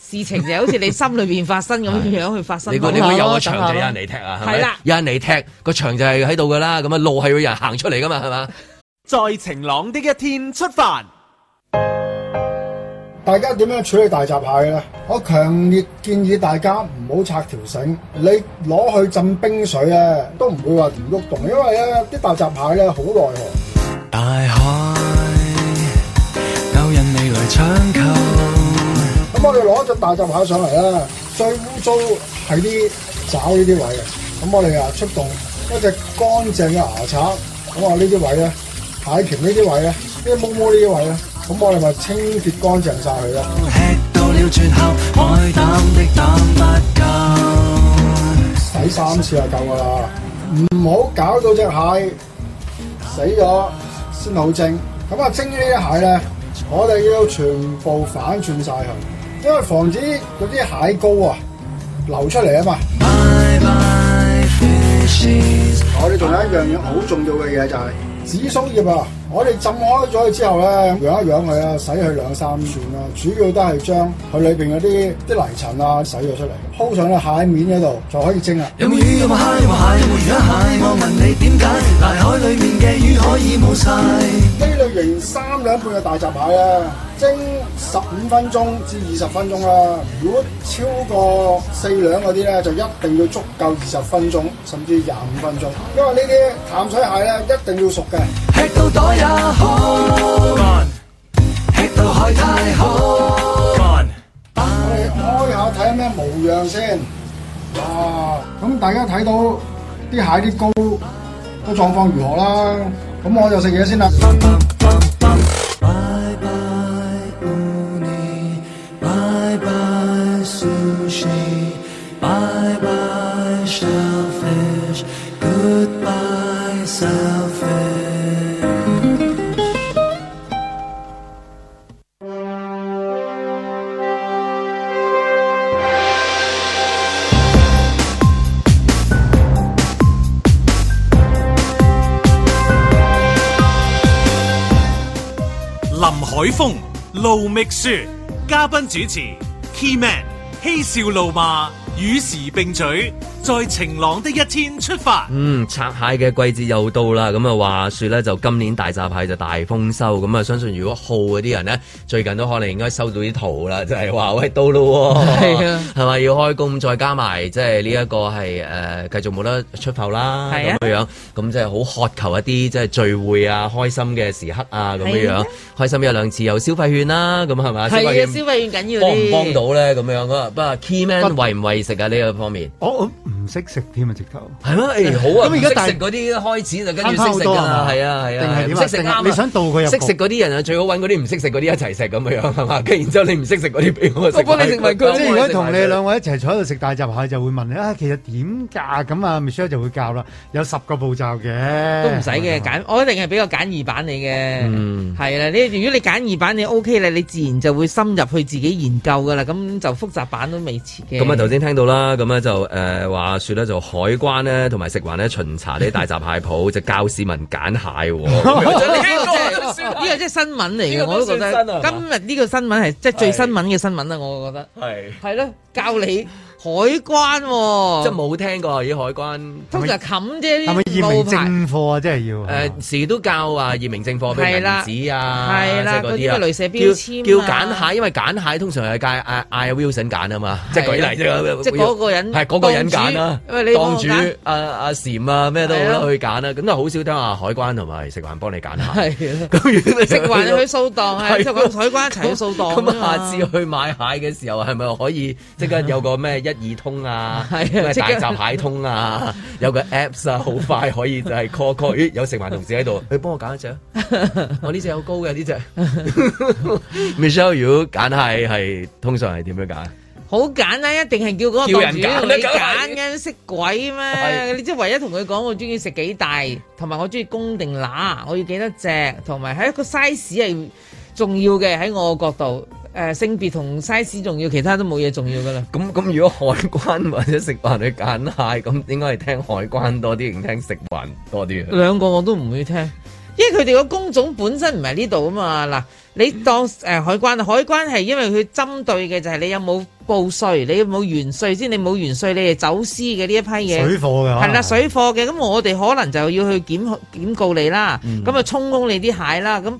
事情就好似你心裏邊發生咁哦樣去發生。
你估你估有個場就有人嚟踢啊？係咪
係啦，
有人嚟踢個場就係喺度噶啦，咁啊路係有人行出嚟噶嘛，係嘛？
在晴朗的一天出發。
大家點樣處理大閘蟹咧？我強烈建議大家唔好拆條繩，你攞去浸冰水咧，都唔會話唔喐動，因為咧啲大閘蟹咧好耐喎。
大海勾引你來搶購，
咁我哋攞只大閘蟹上嚟啦，最污糟係啲爪呢啲位嘅。咁我哋啊出動一隻乾淨嘅牙刷，咁啊呢啲位咧，蟹鉗呢啲位咧，啊呢啲毛毛呢啲位咧，啊咁我哋咪清潔乾淨晒佢啊啦。
到了絕後，海膽的膽不夠。
洗三次就夠噶啦，唔好搞到只蟹死咗先好蒸。咁啊，蒸呢啲蟹咧，我哋要全部反轉晒佢，因為防止嗰啲蟹膏啊流出嚟啊嘛。我哋仲有一樣嘢好重要嘅嘢就係、紫蘇葉啊！我哋浸開咗佢之後咧，養一養佢啊，洗佢兩三轉啦。主要都係將佢裏邊嗰啲啲泥塵啊洗咗出嚟，鋪上去蟹面嗰度就可以蒸啦。
有冇魚？有冇蟹？有冇蟹？有冇魚蟹？我問你點解大海裡面嘅魚可以冇晒？
呢類形三兩半嘅大閘蟹啊，蒸十五分鐘至二十分鐘啦。如果超過四兩嗰啲咧，就一定要足夠二十分鐘，甚至廿五分鐘，因為呢啲淡水蟹咧一定要熟嘅。
吃到袋也空，吃到海太空。
我哋開下睇下咩模樣先。哇！咁大家睇到啲蟹啲膏個狀況如何啦？咁我就食嘢先啦。
Bye bye sushi, bye bye shellfish, goodbye selfish.
林海峰、路觅雪，嘉賓主持 Key Man 嬉笑怒罵，與時並舉，在晴朗的一天出發。
嗯，拆蟹嘅季節又到啦，咁啊話説咧，就今年大閘蟹就大豐收，咁啊相信如果好嗰啲人咧，最近都可能應該收到啲圖啦，就係、話喂到咯喎，
係啊，
(laughs) 係咪要開工再加埋即係呢一個係誒、呃、繼續冇得出埠啦
係
咁
啊
樣樣，咁即係好渴求一啲即係聚會啊、開心嘅時刻啊咁樣
係
樣
啊，
開心一兩次有消費券啦，咁係咪？
係啊，
券
消費券緊要
幫唔
啲。
幫到咧咁樣啊？不過 key man 為唔為食啊呢個方面？
我我唔識食添啊，直頭
係咩？誒好啊！
咁而家大
唔識食嗰啲開始就跟住識食
慳返好多
㗎
係
啦，
嘛
係啊係
定
啊
係，點啊
識食啱啊
定係你想導佢入
識
局
食嗰啲人啊，最好揾嗰啲唔識食嗰啲一齊食咁樣係嘛？跟 (laughs) 然之後你唔識食嗰啲俾
(laughs)
我食，
我
我幫你食埋佢，
即係
我幫
如果
你食
同
埋
你
佢
兩位一齊坐喺度食大閘蟹，就會問你啊，其實點㗎？咁啊，Michelle 就會教啦，有十個步驟嘅，
都唔使嘅簡，我一定係比較簡易版你嘅，
嗯
係啦、你如果你簡易版你 O K 啦，你自然就會深入去自己研究噶啦，咁就複雜版都未遲嘅。
咁啊，頭先聽到啦，咁咧就誒話説咧，就海關咧同埋食環咧巡查呢啲大閘蟹鋪，就教市民揀蟹喎。
(laughs)
咁樣真係 (laughs)
呢個真係呢個真係新聞嚟
呢個
嘅，
都
我都覺
算新啊
得
係嘛
今日呢個新聞係即係最新聞嘅新聞啦，我覺得
係
係咯，教你海關喎，
即係冇聽過咦海關，
通常冚啫
係
啲
咪驗明
冇牌，
正貨啊？真係要
誒時呃都教話驗明正貨，譬如
係哦啦
銀紙啊，
係啦
即係嗰啲啊
嗰啲咩鐳射標籤啊
叫叫揀蟹，因為揀蟹通常係嗌嗌嗌 Wilson 揀啊嘛，即係舉例啫。
即係嗰個人
係嗰個人揀啦，
檔主因為你幫
檔
我
主
揀
啊啊禪啊咩都好
係
啦
啊
去揀啦，咁但係好少聽話海關同埋食環幫你揀下。
係
咁如果你
食環去
(laughs)
掃檔，係食環海關一齊去掃檔
啊咁啊
㗎嘛
下次去買蟹嘅時候，係咪可以即刻有個咩一二通啊，
(laughs) 係啊
咩
即
大
刻
閘蟹通
(laughs)
啊，有個 apps 啊，好快可以就係 call call，咦有食環同事喺度，你幫我揀一隻啊，我呢隻有高嘅呢
(laughs)
隻。Michelle 如果揀蟹係通常係點樣揀？啊
好簡單，一定係叫嗰個
叫人
檔主
揀啦
同你
梗係
揀嘅，識鬼咩？你即係唯一同佢講，我中意食幾大，同埋我中意公定乸，我要幾多隻，同埋喺一個 size 係重要嘅喺我角度。誒、性別同 size 重要，其他都冇嘢重要噶啦。
咁咁如果海關或者食環去揀蟹，咁應該係聽海關多啲定聽食環多啲啊？
兩個我都唔會聽，因為佢哋個工種本身唔係呢度啊嘛。嗱，你當誒、呃海關，海關係因為佢針對嘅就係你有冇報税，你有冇完税先，你冇完税你係走私嘅呢一批嘢，
水貨嘅可能
係啦，水貨嘅。咁我哋可能就要去檢檢告你啦，
嗯
咁啊充公你啲蟹啦，咁。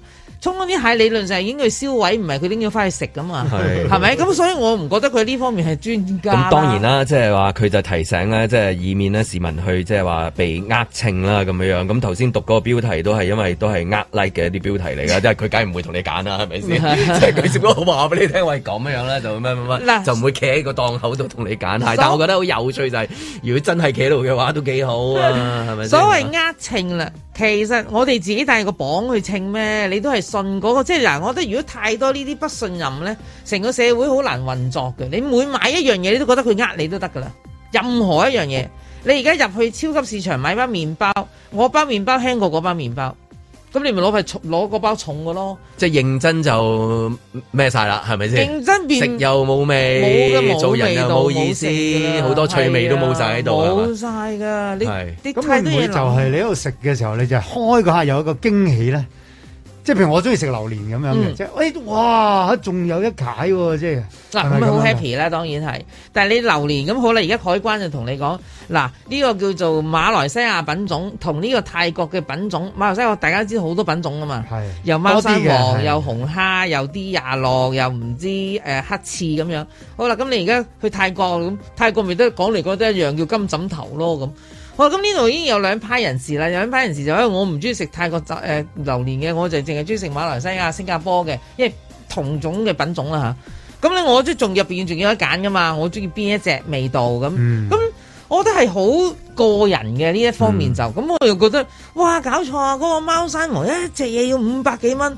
充公啲蟹理論上應該銷毀，唔係佢拎咗翻去食噶嘛，
係
係咪？咁所以我唔覺得佢呢方面係專家啦。
咁當然啦，即係話佢就提醒咧，即係以免咧市民去即係話被呃稱啦咁樣樣。咁頭先讀嗰個標題都係因為都係呃 like 嘅一啲標題嚟
(laughs)
㗎，即係佢梗係唔會同你揀啦，係咪先？即係佢只不過話俾你聽，喂咁樣樣咧就咩咩咩，
嗱
就唔會企喺個檔口度同你揀係。但係我覺得好有趣就係，如果真係企喺度嘅話，都幾好啊，係咪先？
所謂呃稱啦，其實我哋自己帶個榜去稱咩，你都係信嗰、個。即係嗱，我覺得如果太多呢啲不信任咧，成個社會好難運作嘅。你每買一樣嘢，你都覺得佢呃你都得㗎啦。任何一樣嘢，你而家入去超級市場買包麵包，我包麵包輕過嗰包麵包，咁你咪攞塊重攞嗰包重嘅咯。
即係認真就咩晒啦，係咪先？
認真變
食又冇
冇嘅
味，
冇
做人又
味道
冇意思
冇食，㗎啦啊
好多趣味都冇晒喺度係嘛
冇晒㗎，你
係
你
咁
太
會
多
唔
嘢
會就
諗
係你喺度食嘅時候，你就開嗰下有一個驚喜咧？即即係譬如我中意食榴蓮咁樣嘅，
嗯
即係誒哇，仲有一解喎，即係
啊
嗱
係咪
咁啊好
樣嘅
happy 啦，當然係。但係你榴蓮咁好啦，而家海關就同你講，嗱呢、個叫做馬來西亞品種同呢個泰國嘅品種，馬來西亞大家知好多品種噶嘛，又貓山
多啲嘅
王，
係
又紅蝦，又啲廿六，又唔知誒、呃黑刺咁樣。好啦，咁你而家去泰國咁，泰國咪都講嚟講都一樣叫金枕頭咯咁。好啦，咁呢度已經有兩派人士啦，有兩派人士就因為哎我唔中意食泰國就誒、呃榴蓮嘅，我就淨係中意食馬來西亞、新加坡嘅，因為同種嘅品種啦嚇。咁咧，我都仲入邊仲有得揀噶嘛，我中意邊一隻味道咁。咁、
嗯
我覺得係好個人嘅呢一方面
嗯
就，咁、我又覺得，哇，搞錯啊！嗰、個貓山王一隻嘢要五百幾蚊，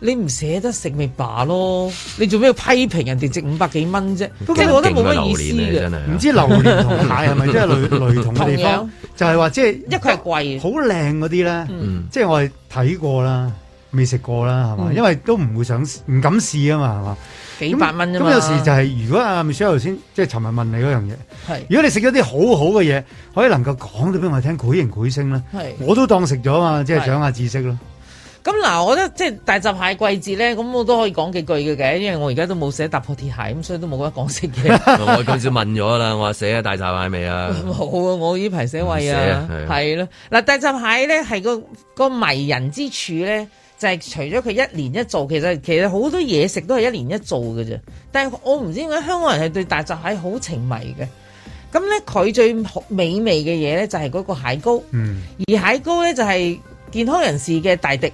你唔捨得食咪罷咯，你做咩要批評人哋值五百幾蚊啫？咁
真係
我覺得冇
勁啊
乜意思
榴
嘅
蓮啊真。係唔知榴蓮同蟹係咪真係
(laughs)
類類同嘅
同
地
樣
方？就係話即係
一佢係貴，
好靚嗰啲咧
嗯，
即係我係睇過啦，未食過啦，係嘛？
嗯
因為都唔會想唔敢試啊嘛，係嘛？
幾百蚊啫嘛
咁有時就係如果阿 Michelle 頭先即係尋日問你嗰樣嘢，
係
如果你食咗啲好好嘅嘢，可以能夠講到俾我聽，繪形繪聲咧
係，
我都當食咗嘛，即係
係
長下知識咯。
咁嗱，我覺得即係大閘蟹季節咧，咁我都可以講幾句嘅嘅，因為我而家都冇寫踏破鐵鞋，咁所以都冇得講食嘅。
我今朝問咗啦，我話寫啊大閘蟹未
(laughs)
啊？
冇啊！我呢排寫胃啊
唔寫，係
係咯。嗱，大閘蟹咧係個個迷人之處咧，就係、除咗佢一年一做，其實其實好多嘢食都係一年一做嘅啫。但係我唔知點解香港人係對大閘蟹好情迷嘅。咁咧，佢最美味嘅嘢咧就係嗰個蟹膏。
嗯，
而蟹膏咧就係健康人士嘅大敵。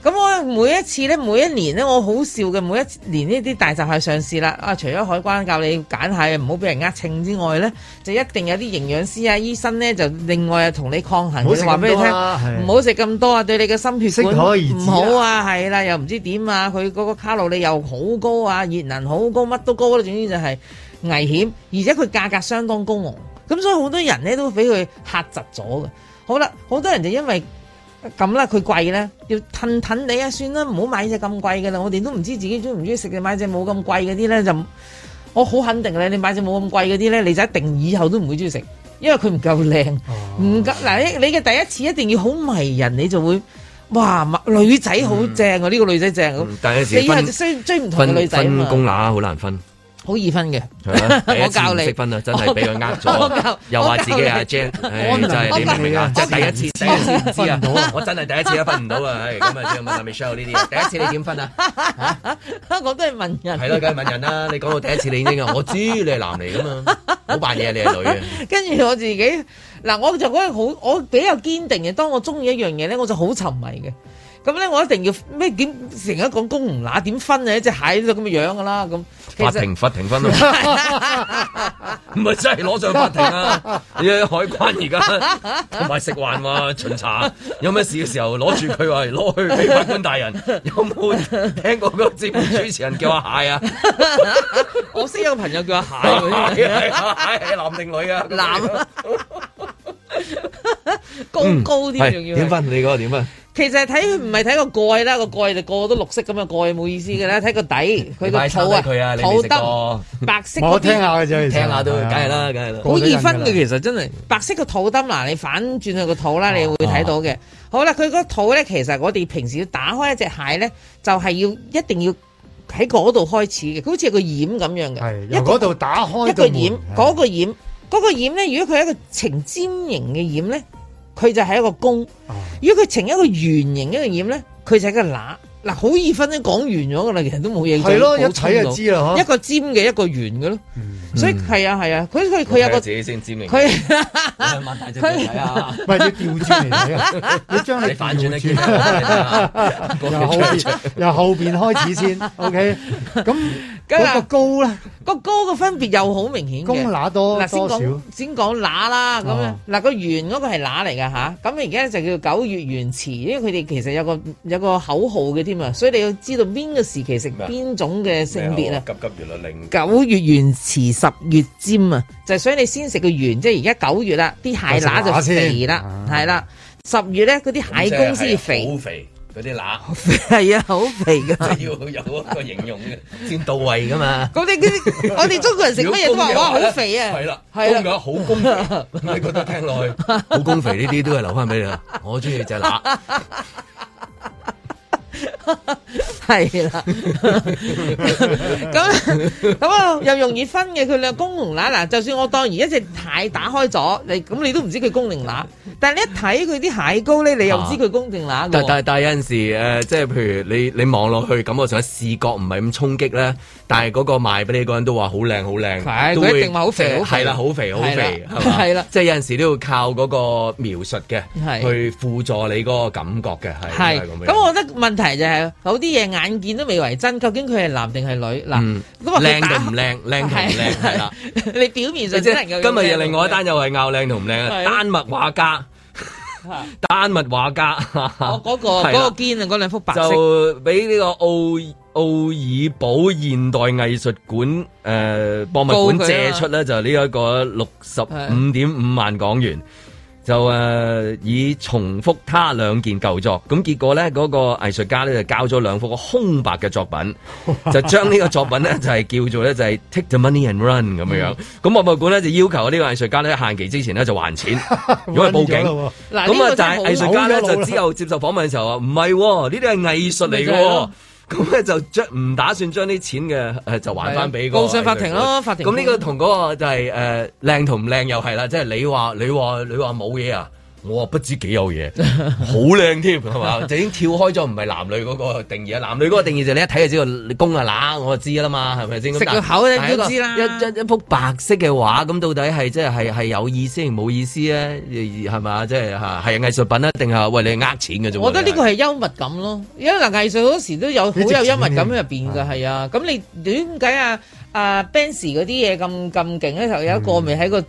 咁我每一次咧，每一年咧，我好笑嘅，每一年呢啲大閘蟹上市啦，啊，除咗海關教你揀蟹唔好俾人呃秤之外咧，就一定有啲營養師啊、醫生咧就另外啊同你抗衡，
唔好食
佢話俾你
咁
聽，
多啊係
唔好食咁多啊，對你嘅心血
適可而
管
止啊
唔好啊，係啦，又唔知點啊，佢嗰個卡路里又好高啊，熱能好高，乜都高啦，總之就係危險，而且佢價格相當高昂，咁所以好多人咧都俾佢嚇窒咗嘅。好啦，好多人就因為咁啦，佢貴咧，要褪褪你啊，算啦，唔好買只咁貴嘅啦。我哋都唔知自己中唔中意食嘅，買只冇咁貴嗰啲咧就，我好肯定咧，你買只冇咁貴嗰啲咧，你就一定以後都唔會中意食，因為佢唔夠靚，
哦
唔夠嗱你你嘅第一次一定要好迷人，你就會哇女仔好正啊，呢、個女仔正咁，
嗯但係有時
你以後
分
就追追唔同嘅女仔啊
分
嘛，
工乸好難分。
好易分嘅， (laughs)
係啊第一
我
次
教
唔
你
識分啊，真係俾佢呃咗，又話自己阿 Jan，唉真係你明唔明啊？真係第一次，第一次唔知啊，我真係第一次都分唔到啊，唉咁啊，即係問下 Michelle 呢啲啊，第一次你點分
(laughs)
啊？
我都係問人，
係咯，梗係問人啦。你講到第一次你已經啊，我知你係男嚟噶嘛，好扮嘢你係女啊。
跟住我自己嗱，我就覺得好，我比較堅定嘅。當我中意一樣嘢咧，我就好沉迷嘅。咁咧，我一定要咩點成日講公唔乸點分啊？一隻蟹都咁嘅樣噶啦，咁其
法
實
庭法庭分咯，唔係真係攞上法庭啊！ (laughs) 你喺海關而家 (laughs) 同埋食環話巡查，有咩事嘅時候攞住佢話攞去俾法官大人。 (laughs) 有冇聽過個節目主持人叫阿蟹啊？
我識有個朋友叫
(laughs)
阿蟹
係啊係
喎，
啊係啊男定女啊？
男
(laughs)
高高啲啊仲要係。
分？你嗰嗯個點分？
其實係睇佢唔係睇個蓋啦，個蓋就個個都綠色咁嘅蓋冇意思嘅啦，睇個底佢個肚啊，
佢啊，你未
肚
食
得
過？
白色嗰啲嗯
我聽下嘅啫，其實
聽下啊都梗係啊啦，梗係啦，哦
好易分嘅其實真係，白色個肚燈嗱，你反轉佢個肚啦，你會睇到
哦
嘅。好啦，佢個肚咧，其實我哋平時要打開一隻蟹咧，就係要一定要喺嗰度開始嘅，佢好似有個掩咁樣嘅，
由
一個
嗰度打開
一個
道門
掩，嗰個掩，嗰個掩咧，如果佢係一個呈尖形嘅掩咧，佢就係一個弓；
哦
如果佢呈一個圓形一個掩咧，佢就係一個乸。嗱，好易分咧，講完咗噶啦，其實都冇嘢。
係咯一嗯睇就知啦嗬
一個尖嘅，一個圓嘅咯，所以係啊係啊，佢佢佢有個
自己先知明。
佢
佢啊
唔係要調轉嚟睇
(laughs)
啊！你將佢
反轉一啊
轉由後
(laughs)
邊由後邊開始先，OK？咁嗰個高咧，
個高嘅分別又好明顯啊嘅。
公乸多
嗱，先
多
講
少
先講乸啦，咁樣
哦
嗱個圓嗰個係乸嚟㗎吓，咁而家就叫九月圓池，因為佢哋其實有個有個口號嘅添啊，所以你要知道邊個時期食
咩啊
邊種嘅性別啊。
急急如律令。
九月圓池，十月尖啊，就係所以你先食個圓，即係而家九月啦，啲蟹乸就肥啦，係啦，十月咧嗰啲蟹公先
好
肥，
肥嗰啲乸，
(laughs)
(laughs)
係啊，好肥㗎。
即係要有一個形容嘅先到位噶嘛。
咁你啲我哋中國人食乜嘢都話哇好肥啊，
係啦，
係啦
公嘅好公肥，你覺得聽落去 à. 好公肥呢啲都係留翻俾你啦。我中意只乸，
係啦，咁咁啊又容易分嘅佢兩公同乸嗱，就算我當而一隻蟹打開咗，你咁你都唔知佢公定乸，但係你一睇佢啲蟹膏咧，你又知佢公定乸㗎
但
喎
啊但但有陣時誒、呃即係譬如你你望落去，感覺上視覺唔係咁衝擊咧，但係嗰個賣俾你嗰人都話好靚好靚，
係
都
佢一定話好肥
即係
好肥
係啦，好肥好肥，
係啦
係嘛
(laughs) 係啦
即係有陣時都要靠嗰個描述嘅，
係
去輔助你嗰個感覺嘅，係
係
應該係咁樣
咁，我覺得問題就係有啲嘢眼見都未為真，究竟佢係男定係女嗱
嗯？
咁啊，
靚
佢打
同唔靚，靚同唔靚係
(laughs)
啦。
你表面上
即
只
係
能夠
今日又另外一
單，
單又係拗靚同唔靚啊！
係
丹麥畫家，丹麥畫家，
我嗰個
係
嗰
啦
個肩啊，嗰兩幅白色。
就俾呢個奧奧爾堡現代藝術館誒、呃博物
告佢啊
館借出咧，就呢一個六十五點五萬港元。就誒、呃以重複他兩件舊作，咁結果咧嗰、個藝術家咧就交咗兩幅空白嘅作品，就將呢個作品咧就係、叫做咧就係、take the money and run 咁樣樣。咁博物館咧就要求呢個藝術家咧限期之前咧就還錢，如果係報警，
暈咗啦喎嗱呢
咁啊
個真係
但係藝術家
好
咧
扭咗
就
腦
之後接受訪問嘅時候話唔係喎，呢啲係藝術嚟嘅
咪就係啊
喎
咯。
咁咧就將唔打算將啲錢嘅誒就還翻俾個
啊告上法庭咯
藝術館
法庭
咁呢個同嗰個就係誒靚同唔靚又係啦，即係你話你話你話冇嘢啊，我話不知幾有
(laughs)
嘢，好靚添係嘛？就已經跳開咗唔係男女嗰個定義啊，男女嗰個定義就你一睇就知道你公啊乸，我就知啦嘛，係咪先？咁
食個
但
口你都
但係一個
知啦
一一一幅白色嘅畫，咁到底係即係係係有意思定冇意思咧？係嘛？即係嚇係藝術品啊，定係喂你係呃錢嘅啫喎？
我覺得呢
你係
個係幽默感咯，因為嗱藝術嗰時都有好有幽默感入邊㗎，係啊。咁你點解啊？啊 Benz 嗰啲嘢咁咁勁咧，就有一個咪喺個誒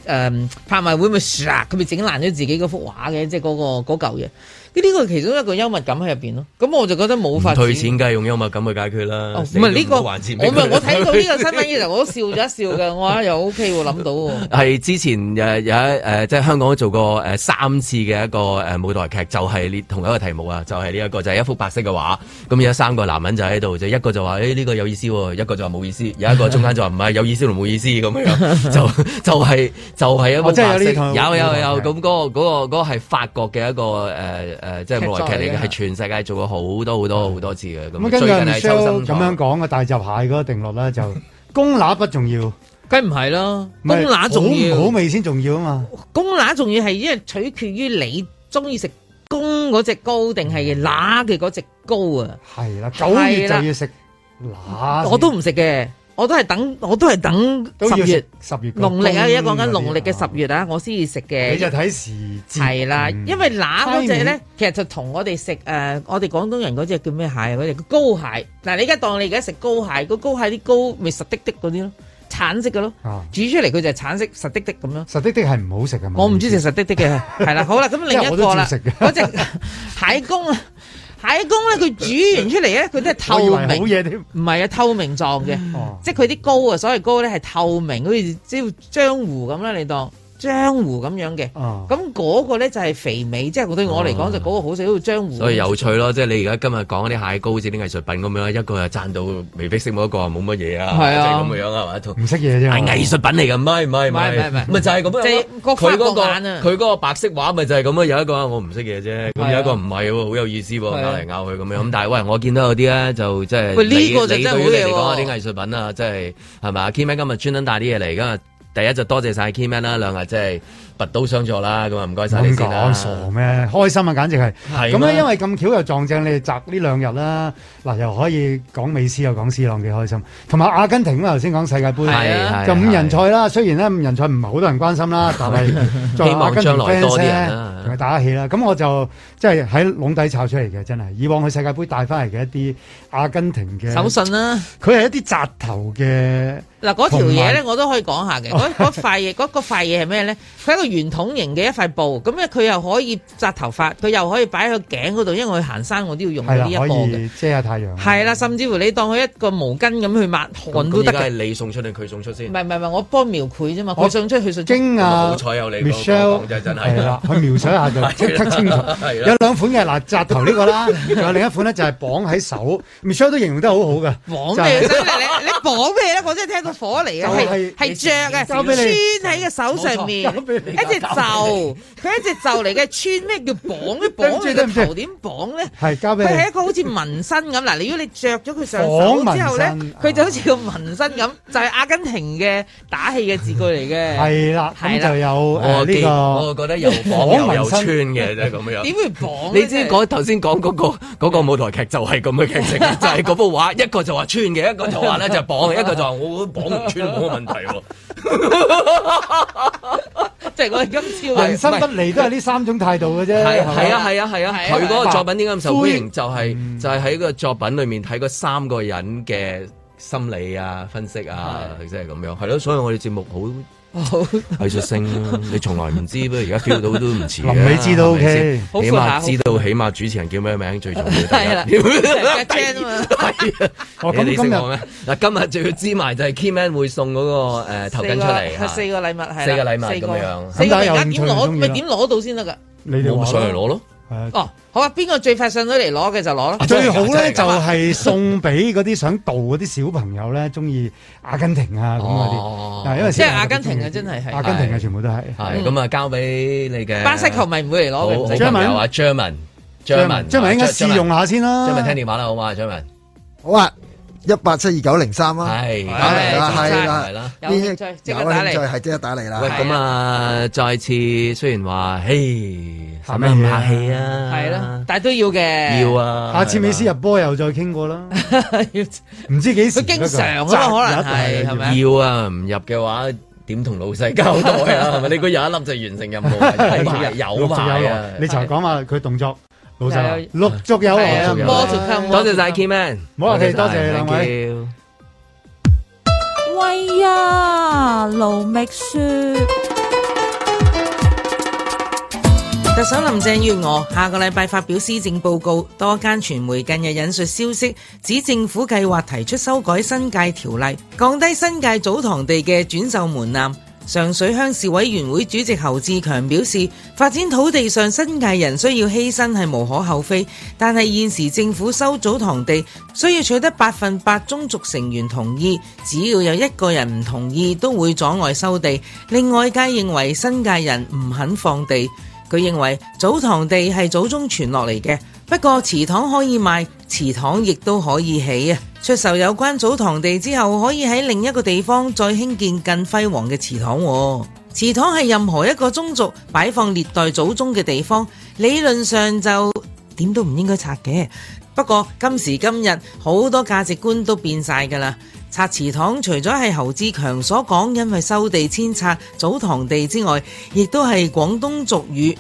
拍賣會咪唰佢咪整爛咗自己嗰幅畫嘅，即係嗰個嗰嚿嘢。呢個其中一個幽默感喺入邊咯。咁我就覺得冇法
退
子
錢梗係啊用幽默感去解決啦。
哦唔係呢個，我
還錢俾
咪
佢
我睇到呢個新聞嘅時候，我都笑咗一笑嘅。我話又 OK 喎，諗到喎。
係之前誒有一誒，即係香港都做過誒三次嘅一個誒舞台劇，就係呢同一個題目啊，就係呢一個就係一幅白色嘅畫，咁有三個男人就喺度，就一個就話誒呢個有意思喎，一個就話冇意思，有一個中間就話唔係有意思同冇意思咁
(laughs)
樣，就就係就係一幅
哦真係有
白
呢
色，
套
有有有
舞台劇
咁嗰個嗰個嗰個係法國嘅一個誒誒，即係舞台劇嚟嘅，
劇作嚟嘅
係全世界做過好多好多好多次嘅
啊
咁
咁。
根
最
據
近係秋
Michelle 咁
生創
樣講嘅大閘蟹嗰個定律咧，就 (laughs) 公乸不重要，
梗唔係啦，
唔係
公乸重要
好唔好味先重要啊嘛。
公乸仲要係因為取決於你中意食公嗰只糕定係乸嘅嗰只糕啊！
係啦，九月
係啦
就要食乸，
我都唔食嘅，我都係等，我都係等
都要
十月
食十月
農曆啊！而家講緊
公
農曆嘅十月啊，我先至食嘅。
你就睇時節
係啦，
嗯
因為乸嗰只咧，其實就同我哋食誒，我哋廣東人嗰只叫咩蟹啊？嗰隻高蟹。嗱，你而家當你而家食高蟹，個高蟹啲膏咪實滴滴嗰啲咯，橙色嘅咯，
啊
煮出嚟佢就係橙色實滴滴咁樣。
實滴滴係唔好食嘅嘛。
我唔中意食實滴滴
(laughs)
嘅，係啦，好啦，咁另
因為
一
我都
個
照
啦，
食嘅
嗰只蟹公啊，蟹公咧佢煮完出嚟咧，佢都係透
我以為好嗯哦
明，
嘢添，
唔係啊，透明狀嘅，即係佢啲膏啊，所謂膏咧係透明，好似即係漿糊咁啦，你當漿糊咁樣嘅，
哦
咁嗰個咧就係肥美，即係對我嚟講就嗰個好食，好似漿糊。
所以有趣咯，即係你而家今日講嗰啲蟹膏好似啲藝術品咁樣，一個又讚到眉飛色舞，一個話冇乜嘢啊，
係啊
即係咁樣啊，係嘛同
唔識嘢啫嘛
係藝術品嚟㗎，唔係唔係唔
唔係唔係
係
唔係
咪就係咁
就係
樣
個
咯。
花
佢嗰個
個眼啊
佢嗰個白色畫咪就係咁啊，有一個話我唔識嘢啫，
係啊
咁有一個唔係喎，好有意思喎，
係啊
拗嚟拗去咁樣。咁但係喂，我見到有啲咧就即係
喂呢個就
你
真係好
你對於你嚟講
嘢喎
啲藝術品啊，即係係嘛？Keyman 今日專登帶啲嘢嚟，今日第一就多謝晒 Keyman 啦，兩日即係拔刀相助啦，咁啊唔該晒你
咁
先啦
講。傻咩？開心啊，簡直係。
係
咁咧，
咩
因為咁巧又撞正你哋擲呢兩日啦，嗱又可以講美斯又講斯朗，幾開心。同埋阿根廷啊啦，頭先講世界盃
係啊
就
係
五
啊
人賽啦。雖然咧五人賽唔係好多人關
(laughs)
心啦，但係作為
希望
阿根廷
將來多
fans
啲
咧
人啦，
同佢打氣啦。咁我就即係喺籠底炒出嚟嘅，真係。以往去世界盃帶翻嚟嘅一啲阿根廷嘅
手信啦，
佢係一啲紮頭嘅。
嗱，嗰條嘢咧，
同埋
我都可以講下嘅。嗰
哦
嗰塊嘢，
(laughs)
嗰嗰塊嘢係咩咧？佢係一個圓筒形嘅一塊布，咁咧佢又可以紮頭髮，佢又可以擺喺個頸嗰度，因為我去行山我都要用到
係
呢一
啦，可
個嘅。
以遮下太陽。
係啦，甚至乎你當佢一個毛巾咁去抹汗都
咁
得
而家係
嘅。
你送出定佢送出先
唔？係唔係唔係，我幫描繪啫嘛，
我
佢想出去想出。
經啊，
好彩有你嗰個
Michelle
講真真係
係
(laughs)
啦，去描述一下就即刻清楚
係。啦
有兩款嘅嗱，紮頭呢個啦，仲有另一款咧就係綁喺手。Michelle 都形容得好好嘅，
綁
就
你
係
真係你你綁咩咧？我真係聽到火嚟啊！
就
係
係
係雀啊，
交俾你
穿喺個手上面，
冇錯交俾你
一隻
交
袖，
俾
佢一隻袖嚟嘅，穿咩叫綁咧？綁你
(laughs) 對
個
唔住對唔住
頭點綁咧？
係交俾
佢
你
係一個好似紋身咁嗱，你如果你着咗佢上手之後咧
綁紋身，
佢就好似個紋身咁，就係阿根廷嘅打氣嘅字句嚟
(laughs)
嘅。
係啦咁
係啦
就有
我
誒
記
呢個，
我覺
(laughs)
得又綁又有穿嘅，真係咁樣。
點會綁
你
咧？
知講頭先講嗰個嗰個舞台劇就係咁嘅劇
(laughs)
情，就係嗰幅畫，一個就話穿嘅，一個就話咧就綁，一個就話我綁唔穿冇乜問題喎。
即係我哋今朝
人生不離都係呢三種態度嘅啫。
係
係咪
係啊係啊係啊！佢嗰個作品點解咁受歡迎？就係
嗯
就係喺個作品裏面睇嗰三個人嘅心理啊、分析啊，即係咁樣係咯。所以我哋節目好
好
藝術性啊，你從來唔知，不過而家 feel 到都唔遲嘅。
臨尾知道
係咪先
OK
起
好
碼
闊下
知道，起碼主持人叫咩名最重要。
(laughs)
係
(laughs)
啦，
啊
第一
Jack 啊嘛
哦
你
咁
你
今
識
日
我咩？嗱，今日就要知埋就係 Keyman 會送嗰個誒頭巾出嚟
係
嚇
四個禮物係
四個
啦
禮物
四個
咁樣
四個
咁大家有
名額
興趣
點
就
攞
中意啊
咪
啦
點攞到先得㗎？
你哋
我咪
話
上嚟攞咯。
哦，好啊，邊個最快上到嚟攞嘅就攞咯。
最好咧就
係
係送俾嗰啲想度嗰啲小朋友咧，中意阿根廷啊咁嗰
哦
啲，嗱因為
即
小
係
朋友
阿根
都中意
廷啊，真係係
阿根廷嘅全部都係
係咁啊，交俾你嘅
巴西球迷唔會嚟攞嘅唔使
好朋友啊張文，張文，
張文應該試用下先啦
張文聽電話啦，好嘛，張文。
好啊，一八七二九零三啊，
係
打嚟啦，
係
係
係啦
啦，
有興趣即刻打嚟
有興趣係即刻打嚟啦。
喂，咁啊，再次雖然話，嘿，使乜咁客氣啊？
係啦，但係都要嘅。
要
(laughs)
啊
下次美斯入波又再傾過啦，唔知幾時
佢經常啊
不過
可能
擇日一
係
定
係咪
要啊，唔入嘅話。點同老細交
(laughs)
代啊？係咪你嗰有一粒就完成任務啊，有排有排啊！
你就講話佢動作，老實話
係啊
陸續有來啊！
多謝晒 Keyman，
唔好客氣多謝兩位。
喂呀，盧覓雪。
特首林鄭月娥下個禮拜發表施政報告，多間傳媒近日引述消息，指政府計劃提出修改新界條例，降低新界祖堂地嘅轉售門檻。上水鄉事委員會主席侯志強表示，發展土地上新界人需要犧牲係無可厚非，但係現時政府收祖堂地需要取得百分百宗族成員同意，只要有一個人唔同意都會阻礙收地，令外界認為新界人唔肯放地。佢認為祖堂地係祖宗傳落嚟嘅，不過祠堂可以賣，祠堂亦都可以起啊！出售有關祖堂地之後，可以喺另一個地方再興建更輝煌嘅祠堂喎。祠堂係任何一個宗族擺放歷代祖宗嘅地方，理論上就點都唔應該拆嘅。不過今時今日好多價值觀都變晒㗎啦。拆祠堂除咗係侯志強所講，因為收地遷拆祖堂地之外，亦都係廣東俗語。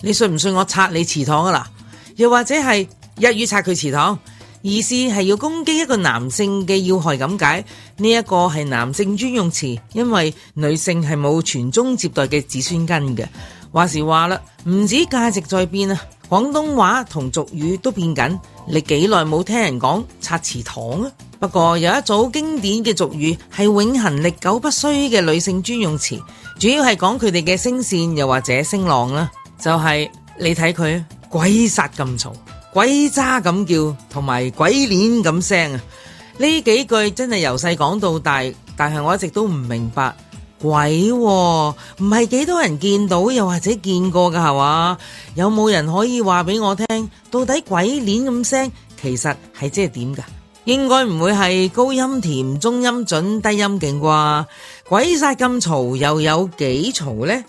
你信唔信我拆你祠堂啊啦？又或者係一語拆佢祠堂，意思係要攻擊一個男性嘅要害咁解。呢一個係男性專用詞，因為女性係冇傳宗接代嘅子孫根嘅。話時話啦，唔止價值在變啊，廣東話同俗語都變緊。你幾耐冇聽人講拆祠堂啊？不過有一組經典嘅俗語係永恆歷久不衰嘅女性專用詞，主要係講佢哋嘅聲線又或者聲浪啦。就係、你睇佢鬼殺咁嘈，鬼渣咁叫，同埋鬼臉咁聲啊！呢幾句真係由細講到大，但係我一直都唔明白。鬼喎、唔係幾多人見到，又或者見過㗎係嘛？有冇人可以話俾我聽，到底鬼臉咁聲其實係即係點㗎？應該唔會係高音甜、中音準、低音勁啩？鬼殺咁嘈又有幾嘈呢？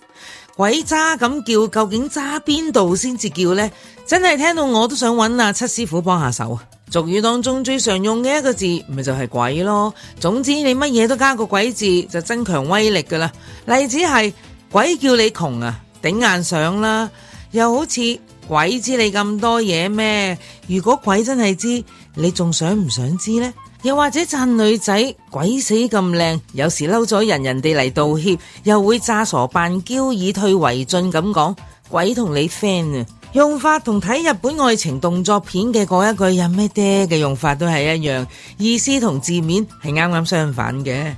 鬼渣咁叫，究竟渣邊度先至叫呢？真係聽到我都想揾阿七師傅幫下手啊！俗語當中最常用嘅一個字，咪就係鬼咯。總之你乜嘢都加個鬼字，就增強威力噶啦。例子係鬼叫你窮啊，頂硬上啦！又好似鬼知你咁多嘢咩？如果鬼真係知，你仲想唔想知呢？又或者讚女仔鬼死咁靚，有時嬲咗人，人哋嚟道歉，又會詐傻扮嬌，以退為進咁講，鬼同你 friend 啊！用法同睇日本愛情動作片嘅嗰一句有咩爹嘅用法都係一樣，意思同字面係啱啱相反嘅。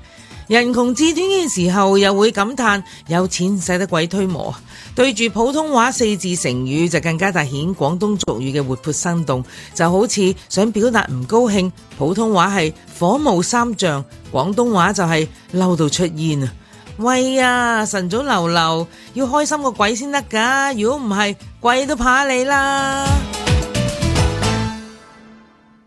人窮志短嘅時候，又會感嘆有錢使得鬼推磨。對住普通話四字成語就更加凸顯廣東俗語嘅活潑生動，就好似想表達唔高興，普通話係火冒三丈，廣東話就係嬲到出煙啊！喂呀，晨早流流要開心個鬼先得㗎，如果唔係，鬼都怕你啦！